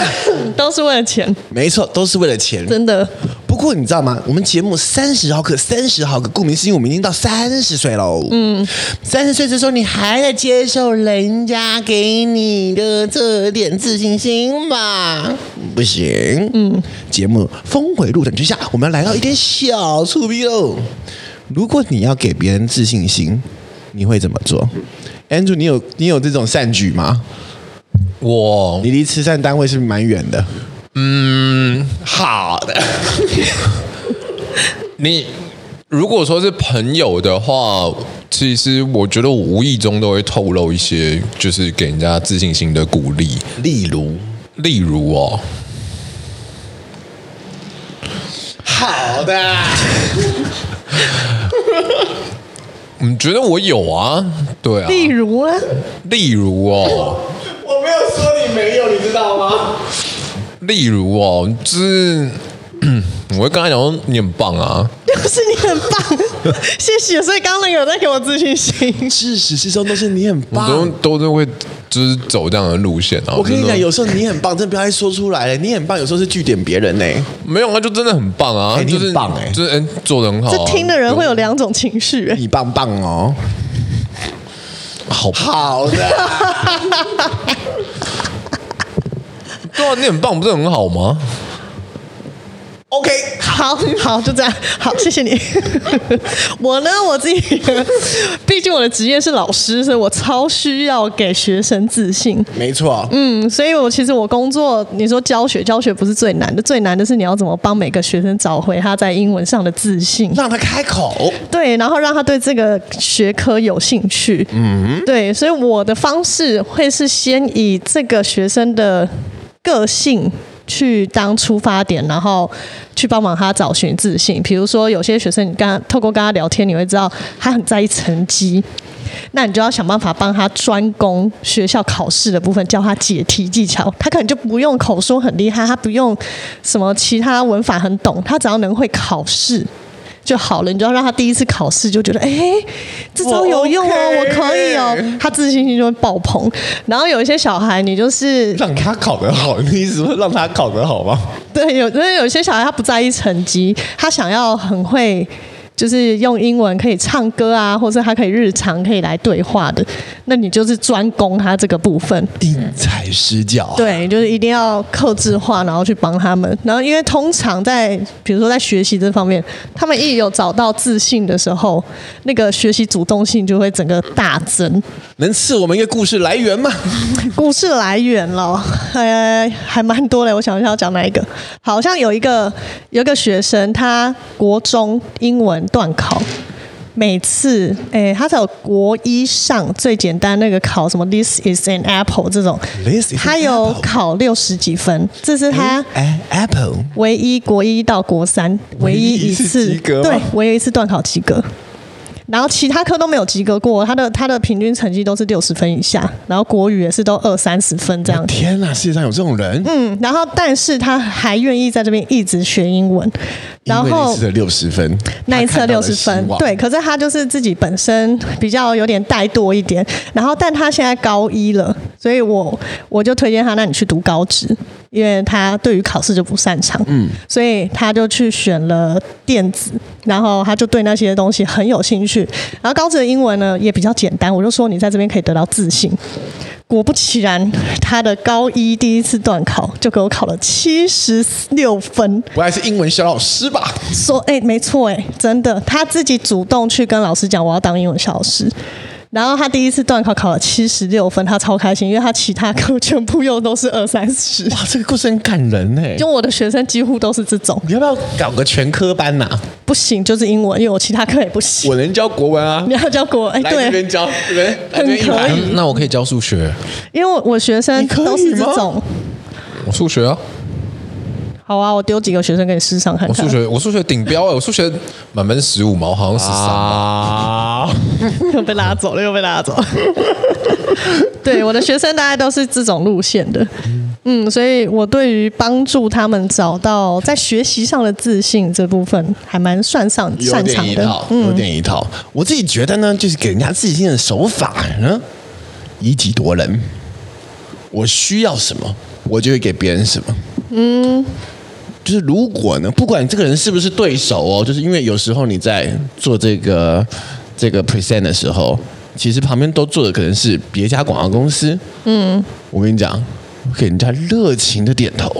Speaker 2: 都是为了钱，
Speaker 3: 没错，都是为了钱。
Speaker 2: 真的。
Speaker 3: 不过你知道吗？我们节目三十毫克，三十毫克，顾名思义，我们已经到三十岁喽。嗯，三十岁的时候，你还在接受人家给你的这点自信心吗？不行。嗯，节目峰回路转之下，我们要来到一点小处逼喽。如果你要给别人自信心，你会怎么做？Andrew，你有你有这种善举吗？
Speaker 1: 我
Speaker 3: 你离慈善单位是不是蛮远的？嗯，好的。
Speaker 1: 你如果说是朋友的话，其实我觉得我无意中都会透露一些，就是给人家自信心的鼓励。
Speaker 3: 例如，
Speaker 1: 例如哦，
Speaker 3: 好的，
Speaker 1: 你觉得我有啊？对啊，
Speaker 2: 例如呢，
Speaker 1: 例如哦，
Speaker 3: 我没有说你没有，你知道吗？
Speaker 1: 例如哦，就是。我会跟他讲说你很棒啊，
Speaker 2: 就是你很棒， 谢谢。所以刚刚那个有在给我自信心。
Speaker 3: 至始至终都是你很
Speaker 1: 我
Speaker 3: 棒。
Speaker 1: 都都是会就是走这样的路线啊。
Speaker 3: 我跟你
Speaker 1: 就
Speaker 3: 讲，
Speaker 1: 是
Speaker 3: 有时候你很棒，真的不要再说出来了。你很棒，有时候是据点别人呢、
Speaker 1: 没有啊，就真的很棒啊，
Speaker 3: 哎你
Speaker 1: 就
Speaker 3: 很
Speaker 1: 是
Speaker 3: 棒哎
Speaker 1: 就是嗯做的很好啊、
Speaker 2: 这听的人会有两种情绪、哎
Speaker 3: 你棒棒哦，
Speaker 1: 好
Speaker 3: 好的，
Speaker 1: 对啊，你很棒，不是很好吗？
Speaker 3: OK，
Speaker 2: 好好，就这样，好，谢谢你。 我呢，我自己， 毕竟我的职业是老师，所以我超需要给学生自信。
Speaker 3: 没错，
Speaker 2: 嗯，所以我其实我工作，你说教学，教学不是最难的，最难的是你要怎么帮每个学生找回他在英文上的自信。
Speaker 3: 让他开口。
Speaker 2: 对，然后让他对这个学科有兴趣。嗯，对，所以我的方式会是先以这个学生的个性。去当出发点，然后去帮忙他找寻自信。比如说，有些学生你跟他透过跟他聊天，你会知道他很在意成绩，那你就要想办法帮他专攻学校考试的部分，教他解题技巧。他可能就不用口说很厉害，他不用什么其他文法很懂，他只要能会考试。就好了，你就要让他第一次考试就觉得，哎、这招有用哦，
Speaker 3: 我
Speaker 2: 我
Speaker 3: OK
Speaker 2: 可以哦，他自信心就会爆棚。然后有一些小孩，你就是
Speaker 3: 让他考得好，你意思说让他考得好吗？
Speaker 2: 对，有因为有些小孩他不在意成绩，他想要很会。就是用英文可以唱歌啊，或者他可以日常可以来对话的，那你就是专攻他这个部分。
Speaker 3: 因材施教，
Speaker 2: 对，就是一定要克制化，然后去帮他们。然后因为通常在比如说在学习这方面，他们一有找到自信的时候，那个学习主动性就会整个大增。
Speaker 3: 能赐我们一个故事来源吗？
Speaker 2: 故事来源了，呃，还蛮多嘞。我想一下要讲哪一个，好像有一个有一个学生，他国中英文段考，每次诶，他在国一上最简单那个考什么 This is an apple 这种
Speaker 3: This is an
Speaker 2: 他有
Speaker 3: apple
Speaker 2: 考六十几分，这是他。
Speaker 3: 哎，Apple，
Speaker 2: 唯一国一到国三唯一一次
Speaker 3: 唯一一次及格吗
Speaker 2: 对，唯一一次段考及格。然后其他科都没有及格过，他的他的平均成绩都是六十分以下，然后国语也是都二三十分这样子。
Speaker 3: 天哪，世界上有这种人？
Speaker 2: 嗯，然后但是他还愿意在这边一直学英文，然
Speaker 3: 因为那
Speaker 2: 后
Speaker 3: 次的六十分，
Speaker 2: 那一
Speaker 3: 他
Speaker 2: 次
Speaker 3: 看到
Speaker 2: 六
Speaker 3: 了
Speaker 2: 十分
Speaker 3: 希，望
Speaker 2: 对，，可是他就是自己本身比较有点怠惰一点，然后但他现在高一了，所以我我就推荐他，那你去读高职，因为他对于考试就不擅长，嗯，所以他就去选了电子，然后他就对那些东西很有兴趣，然后高职的英文呢也比较简单，我就说你在这边可以得到自信。果不其然，他的高一第一次段考就给我考了七十六分，
Speaker 3: 不还是英文小老 师吧？
Speaker 2: 说，哎、没错，哎，真的，他自己主动去跟老师讲，我要当英文小老师。然后他第一次段考考了七十六分，他超开心，因为他其他科全部又都是二三十。
Speaker 3: 哇，这个故事很感人呢。
Speaker 2: 就我的学生几乎都是这种，
Speaker 3: 你要不要搞个全科班呐、
Speaker 2: 不行就是英文，因为我其他科也不行。
Speaker 3: 我能教国文啊
Speaker 2: 你，要教国文，哎、
Speaker 3: 来这边
Speaker 2: 对，
Speaker 3: 教，这边来这边一
Speaker 2: 很可
Speaker 3: 排
Speaker 2: 以。
Speaker 1: 嗯那我可以教数学，
Speaker 2: 因为我我学生
Speaker 3: 你可以
Speaker 2: 都是这
Speaker 3: 吗
Speaker 2: 种。
Speaker 1: 我数学啊，
Speaker 2: 好啊，我丢几个学生给你试上看
Speaker 1: 我
Speaker 2: 看。
Speaker 1: 数学我数学顶标哎、我数学满分十五嘛，我好像十三、
Speaker 3: 啊，
Speaker 2: 又被拉走了，又被拉 走。对，我的学生大概都是这种路线的，嗯，所以我对于帮助他们找到在学习上的自信这部分，还蛮算上
Speaker 3: 有
Speaker 2: 擅长
Speaker 3: 点一
Speaker 2: 的嗯
Speaker 3: 套。，有点一套。我自己觉得呢，就是给人家自信的手法呢，以己夺人。我需要什么，我就会给别人什么。
Speaker 2: 嗯
Speaker 3: 就是如果呢，不管这个人是不是对手哦，就是因为有时候你在做这个这个 present 的时候，其实旁边都做的可能是别家广告公司。嗯，我跟你讲，我给人家热情的点头。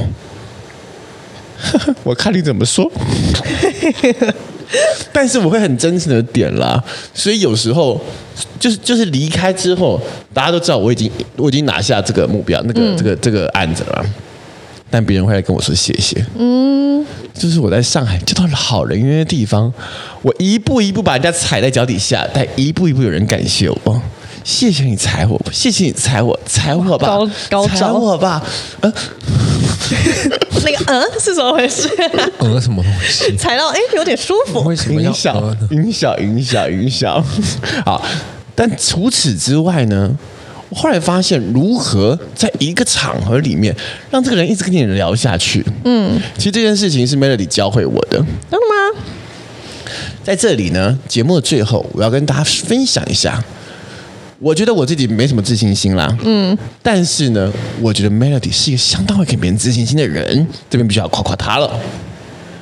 Speaker 3: 我看你怎么说， 但是我会很真诚的点啦，所以有时候就是就是离开之后，大家都知道我已经我已经拿下这个目标，那个、
Speaker 2: 嗯
Speaker 3: 这个这个案子了。但别人会来跟我说谢谢。嗯，就是我在上海交到了好人缘的地方，我一步一步把人家踩在脚底下，但一步一步有人感谢我。谢谢你踩我，谢谢你踩我，踩我吧，
Speaker 2: 高高
Speaker 3: 踩
Speaker 2: 招
Speaker 3: 我吧。呃，
Speaker 2: 那个嗯是怎么回事？
Speaker 1: 呃什么东 西？
Speaker 2: 踩到哎、有点舒服
Speaker 1: 为。什么要
Speaker 3: 哦影响
Speaker 1: 呃 呢？
Speaker 3: 影响影响影响。好，但除此之外呢，我后来发现如何在一个场合里面让这个人一直跟你聊下去。嗯，其实这件事情是 Melody 教会我的。
Speaker 2: 真的吗？
Speaker 3: 在这里呢，节目的最后，我要跟大家分享一下。我觉得我自己没什么自信心啦，嗯，但是呢，我觉得 Melody 是一个相当会给别人自信心的人，这边必须要夸夸她了。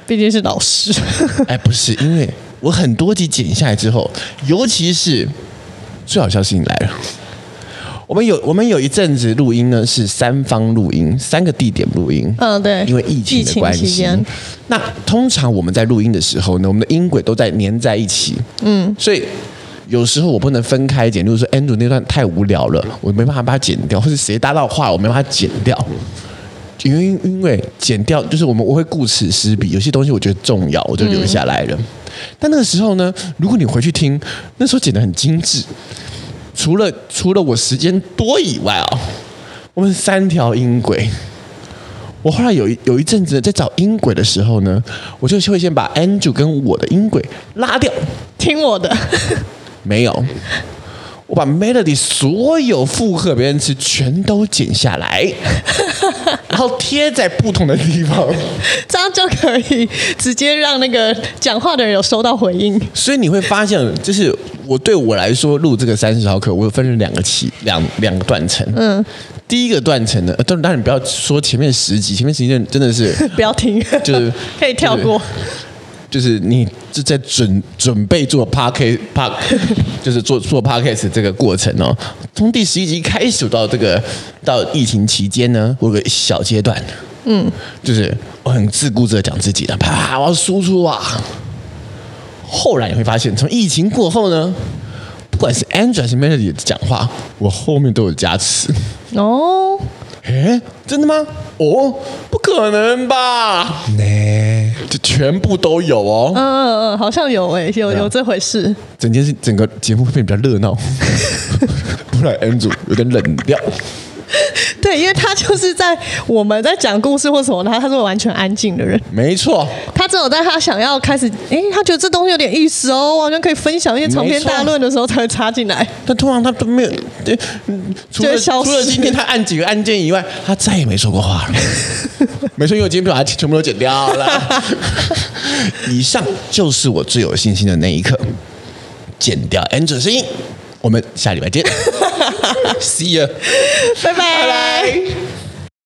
Speaker 2: 毕竟是 老师，
Speaker 3: 哎，不是，因为我很多集剪下来之后，尤其是最好消息你来了。我们有我们有一阵子录音呢，是三方录音，三个地点录音。
Speaker 2: 嗯对
Speaker 3: 因为疫情的关
Speaker 2: 疫情期
Speaker 3: 系
Speaker 2: 间。
Speaker 3: 那通常我们在录音的时候呢，我们的音轨都在粘在一起。嗯，所以。有时候我不能分开剪，就是说 Andrew 那段太无聊了，我没办法把它剪掉，或是谁搭到话我没办法剪掉，因为因为剪掉就是我们我会顾此失彼，有些东西我觉得重要，我就留下来了。但那个时候呢，如果你回去听，那时候剪得很精致，除了除了我时间多以外哦，我们三条音轨。我后来有一有一阵子在找音轨的时候呢，我就会先把 Andrew 跟我的音轨拉掉，
Speaker 2: 听我的，
Speaker 3: 没有，我把 Melody 所有附和别人词全都剪下来，然后贴在不同的地方，
Speaker 2: 这样就可以直接让那个讲话的人有收到回应。
Speaker 3: 所以你会发现，就是我对我来说录这个三十毫克，我有分成两个期两两个断层，嗯。第一个断层呢，呃当然当然不要说前面十集，前面十集真的是
Speaker 2: 不要听，
Speaker 3: 就是
Speaker 2: 可以跳过。
Speaker 3: 就是你就在准准备做 p a r k p a r k 就是做做 p a r k a s 这个过程哦。从第十一集开始到这个到疫情期间呢，我有个小阶段，嗯，就是我很自顾自的讲自己的，啪啪，我要输出啊。后来你会发现，从疫情过后呢，不管是 Andrew 还是 Melody 的讲话，我后面都有加持。
Speaker 2: 哦，
Speaker 3: 诶，真的吗？哦，不可能吧？
Speaker 1: 呢，
Speaker 3: 就全部都有哦。
Speaker 2: 嗯嗯嗯，好像有诶、有
Speaker 3: 啊
Speaker 2: 有这回事。
Speaker 3: 整件事整个节目会变得比较热闹， 不然 M 组有点冷掉。
Speaker 2: 对，因为他就是在我们在讲故事或什么的，他他是完全安静的人。
Speaker 3: 没错，
Speaker 2: 他只有在他想要开始，诶，他觉得这东西有点意思哦，我好像可以分享一些长篇大论的时候才会插进来。
Speaker 3: 但通常他都没有，对，嗯除
Speaker 2: 就
Speaker 3: 了
Speaker 2: 会消失
Speaker 3: 除了今天他按几个按键以外，他再也没说过话了。 没错，因为我今天把它全部都剪掉了。以上就是我最有信心的那一刻，剪掉 M 组 声音。我们下礼拜见，See you，
Speaker 2: 拜拜。
Speaker 3: 拜拜。